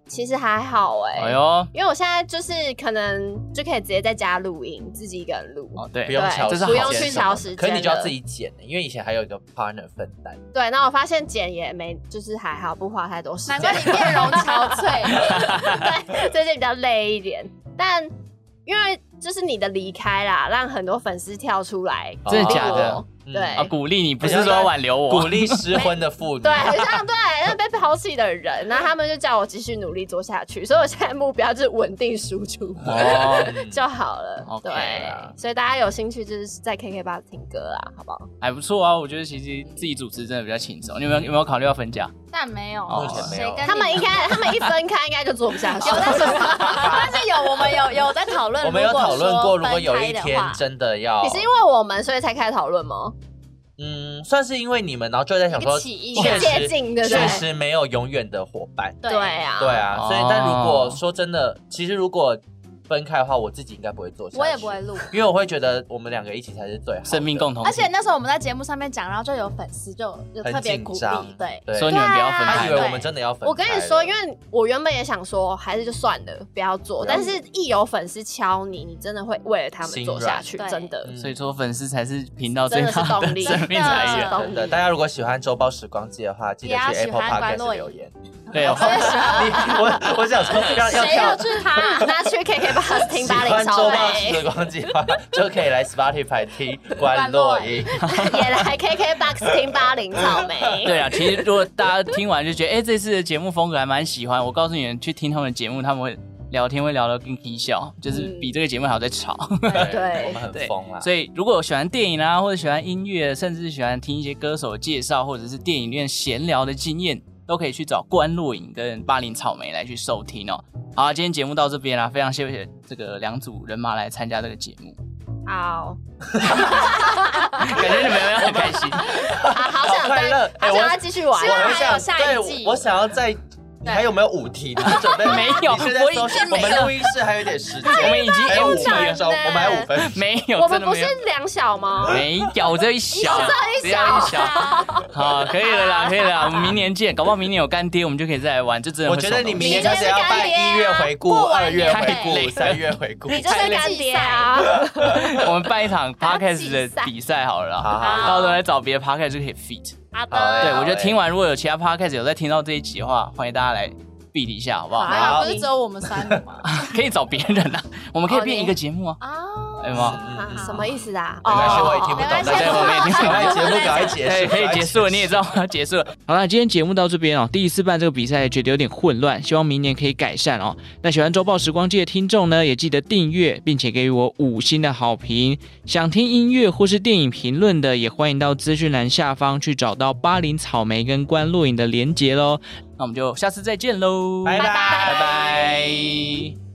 Speaker 3: 其实还好哎、
Speaker 2: 哎呦，哦
Speaker 3: 因为我现在就是可能就可以直接在家录音，自己一个人录。
Speaker 2: 对，
Speaker 4: 不用
Speaker 3: 对
Speaker 4: 调，
Speaker 2: 这是
Speaker 4: 不
Speaker 2: 好
Speaker 4: 用
Speaker 2: 事
Speaker 3: 不用去调时间
Speaker 4: 可是你就要
Speaker 3: 了
Speaker 4: 自己剪，因为以前还有一个 partner 分担。
Speaker 3: 对，那我发现剪也没，就是还好，不花太多时
Speaker 5: 难
Speaker 2: *laughs*
Speaker 3: 间。
Speaker 5: 怪你面容憔悴。
Speaker 3: 对，最近比较累一点，但因为就是你的离开啦，让很多粉丝跳出来，
Speaker 2: 真的假的
Speaker 3: 哦
Speaker 4: 嗯
Speaker 3: 对
Speaker 2: 啊，鼓励你，不是说挽留我，
Speaker 4: 鼓励失婚的 *laughs* 妇女。
Speaker 3: 对，
Speaker 2: 嗯
Speaker 3: 像对那被抛弃的人，那他们就叫我继续努力做下去，所以我现在目标就是稳定输出。
Speaker 2: 哦，
Speaker 4: 嗯
Speaker 3: 就好了
Speaker 2: OK 啦
Speaker 3: 对，所以大家有兴趣就是在 KK 吧听歌啦，好不好？
Speaker 2: 还不错啊。我觉得其实自己主持真的比较轻松。你有没有有没有考虑要分家？
Speaker 5: 但没有，
Speaker 2: 目前
Speaker 4: 哦没
Speaker 5: 谁
Speaker 4: 有
Speaker 5: 跟你
Speaker 3: 他们应 *laughs* 该，他们一分开应该就做不下去
Speaker 5: 有
Speaker 3: *laughs*
Speaker 5: 但是
Speaker 3: 了。
Speaker 5: 但是有我们有有在讨论，
Speaker 4: 我们有讨论过，如果有
Speaker 5: 分开
Speaker 4: 一
Speaker 5: 的
Speaker 4: 天
Speaker 5: 话
Speaker 4: 真的要
Speaker 3: 你，是因为我们所以才开始讨论吗？
Speaker 4: 嗯，算是因为你们，然后就在想
Speaker 5: 一
Speaker 4: 说，
Speaker 5: 个起义
Speaker 4: 确
Speaker 3: 接
Speaker 4: 实
Speaker 3: 近，对不对
Speaker 4: 确？实没有永远的伙伴。
Speaker 5: 对
Speaker 3: 啊，
Speaker 4: 对啊，
Speaker 2: 哦
Speaker 4: 所以但如果说真的，其实如果分开的话，我自己应该不会做下去，
Speaker 5: 我也不会，录。
Speaker 4: 因为我会觉得我们两个一起才是最好的
Speaker 2: 生命共同体，
Speaker 5: 而且那时候我们在节目上面讲，然后就有粉丝就就特
Speaker 4: 很
Speaker 5: 别
Speaker 4: 紧
Speaker 5: 鼓
Speaker 4: 张
Speaker 5: 励，，对，
Speaker 4: 对，啊
Speaker 2: 所以你们不要分
Speaker 4: 他
Speaker 2: 开
Speaker 4: 以为我们真的要分开了。
Speaker 3: 我跟你说，因为我原本也想说，还是就算了，不要做。
Speaker 4: 不要
Speaker 3: 但是，一有粉丝敲你，你真的会为了他们
Speaker 4: 心
Speaker 3: 做
Speaker 4: 软
Speaker 3: 下去，
Speaker 5: 对
Speaker 3: 真的。
Speaker 4: 嗯
Speaker 2: 所以说粉丝才是频道最
Speaker 3: 真的是
Speaker 2: 大
Speaker 3: 动
Speaker 2: 的
Speaker 3: 力，
Speaker 2: *laughs* 生命啊
Speaker 5: 真
Speaker 2: 来
Speaker 5: 的
Speaker 2: 源。
Speaker 3: 动
Speaker 4: 真的，
Speaker 3: 力
Speaker 4: 大。家如果喜欢《周报时光机》的话，记得
Speaker 5: 也要
Speaker 4: 去
Speaker 5: 喜
Speaker 4: Apple
Speaker 5: 欢关
Speaker 4: Podcast
Speaker 5: 洛影
Speaker 4: 留言。
Speaker 2: 对，哦
Speaker 4: 我 *laughs* 我我想说要要
Speaker 3: 谁
Speaker 4: 跳
Speaker 3: 有。去 *laughs* 他？那去 KK 吧听
Speaker 4: 喜
Speaker 3: 八零
Speaker 4: 欢周
Speaker 3: 超
Speaker 4: 报
Speaker 3: 美
Speaker 4: 时。光机的话，就可以来 Spotify 听关洛音。
Speaker 3: *laughs* 也来 KKBOX 听八零草
Speaker 4: *laughs*
Speaker 3: 莓。
Speaker 2: 对啊，其实如果大家听完就觉得，哎、这次的节目风格还蛮喜欢。我告诉你们，去听他们的节目，他们会聊天会聊得更低笑，就是比这个节目还要在吵。
Speaker 3: 对
Speaker 4: 我们很
Speaker 2: 对
Speaker 4: 疯啊啦。
Speaker 2: 所以如果有喜欢电影啊，或者喜欢音乐，甚至喜欢听一些歌手的介绍，或者是电影院闲聊的经验，都可以去找关若影跟八零草莓来去收听哦。好，今天节目到这边啦、非常谢谢这个两组人马来参加这个节目， *laughs*
Speaker 3: 好，
Speaker 2: 感觉你们很开心。
Speaker 3: 啊，好
Speaker 4: 好
Speaker 3: 想
Speaker 4: 快乐
Speaker 3: 再，
Speaker 4: 哎
Speaker 3: 好
Speaker 4: 我
Speaker 3: 想再继续玩
Speaker 4: 我
Speaker 3: 啊。
Speaker 4: 很
Speaker 5: 希望还有
Speaker 4: 想
Speaker 5: 下一季
Speaker 4: 对，我想要再你还有没有五题？你是准备
Speaker 2: 没有
Speaker 4: 你是在搜
Speaker 2: 我已经
Speaker 4: 我
Speaker 2: 没了
Speaker 4: 们录音室还有一点时间，
Speaker 2: 我们已经
Speaker 4: 还有
Speaker 2: M
Speaker 4: 哎五
Speaker 2: T 了
Speaker 4: 分钟，我们还有五分钟。
Speaker 2: 没有，
Speaker 3: 我
Speaker 2: 真
Speaker 3: 们
Speaker 2: 的
Speaker 3: 不
Speaker 2: 没
Speaker 3: 是
Speaker 2: 有，
Speaker 3: 两小
Speaker 4: *laughs*
Speaker 3: 吗？
Speaker 2: 没有，只有一小，
Speaker 3: 这
Speaker 2: 只有一
Speaker 3: 一小
Speaker 2: 小。好，可以了啦，可以了啦，我们明年见，搞不好明年有干爹，我们就可以再来玩，这真的
Speaker 4: 我
Speaker 2: 会
Speaker 4: 觉
Speaker 2: 爽
Speaker 4: 得
Speaker 2: 到
Speaker 4: 你
Speaker 2: 不
Speaker 4: 明
Speaker 2: 行
Speaker 4: 年就是要办一月回顾、二月回
Speaker 2: 太累
Speaker 4: 顾、
Speaker 2: 了
Speaker 4: 三月回顾。
Speaker 3: 你就是干爹啊！
Speaker 2: 我们办一
Speaker 3: *laughs*
Speaker 2: 场 podcast 的
Speaker 3: 比赛
Speaker 2: 比赛好了啦，
Speaker 4: 好好好
Speaker 2: 到时候来找别的 podcast 就可以 fit。
Speaker 3: 好
Speaker 4: 好
Speaker 2: 对，
Speaker 4: 嘞
Speaker 2: 我
Speaker 3: 的，
Speaker 2: 觉得
Speaker 4: 嘞
Speaker 2: 听完如果有其他 podcast 有在听到这一集的话，欢迎大家来 beat 一下，好不好？
Speaker 4: *laughs*
Speaker 5: 还好不是只有我们三个吗？
Speaker 2: 可以找别人啊，我们可以
Speaker 3: 哦
Speaker 2: 变
Speaker 3: 你
Speaker 2: 一个节目啊，
Speaker 3: 啊，
Speaker 2: 有
Speaker 4: 哦
Speaker 2: 吗？
Speaker 3: 什么意思啊？
Speaker 4: 没关系，我也听不
Speaker 3: 没
Speaker 4: 懂，
Speaker 3: 关
Speaker 4: 大
Speaker 3: 系
Speaker 4: 家后面听，赶快节目赶快结
Speaker 2: 哦对，
Speaker 4: 束，
Speaker 2: 可以结束了，你也知道我
Speaker 4: *laughs*
Speaker 2: 要结束了。好了，今天节目到这边哦，第一次办这个比赛觉得有点混乱，希望明年可以改善哦。那喜欢周报时光机的听众呢，也记得订阅，并且给予我五星的好评。想听音乐或是电影评论的，也欢迎到资讯栏下方去找到巴林草莓跟关录影的连结喽。那我们就下次再见喽，
Speaker 4: 拜拜
Speaker 2: 拜拜。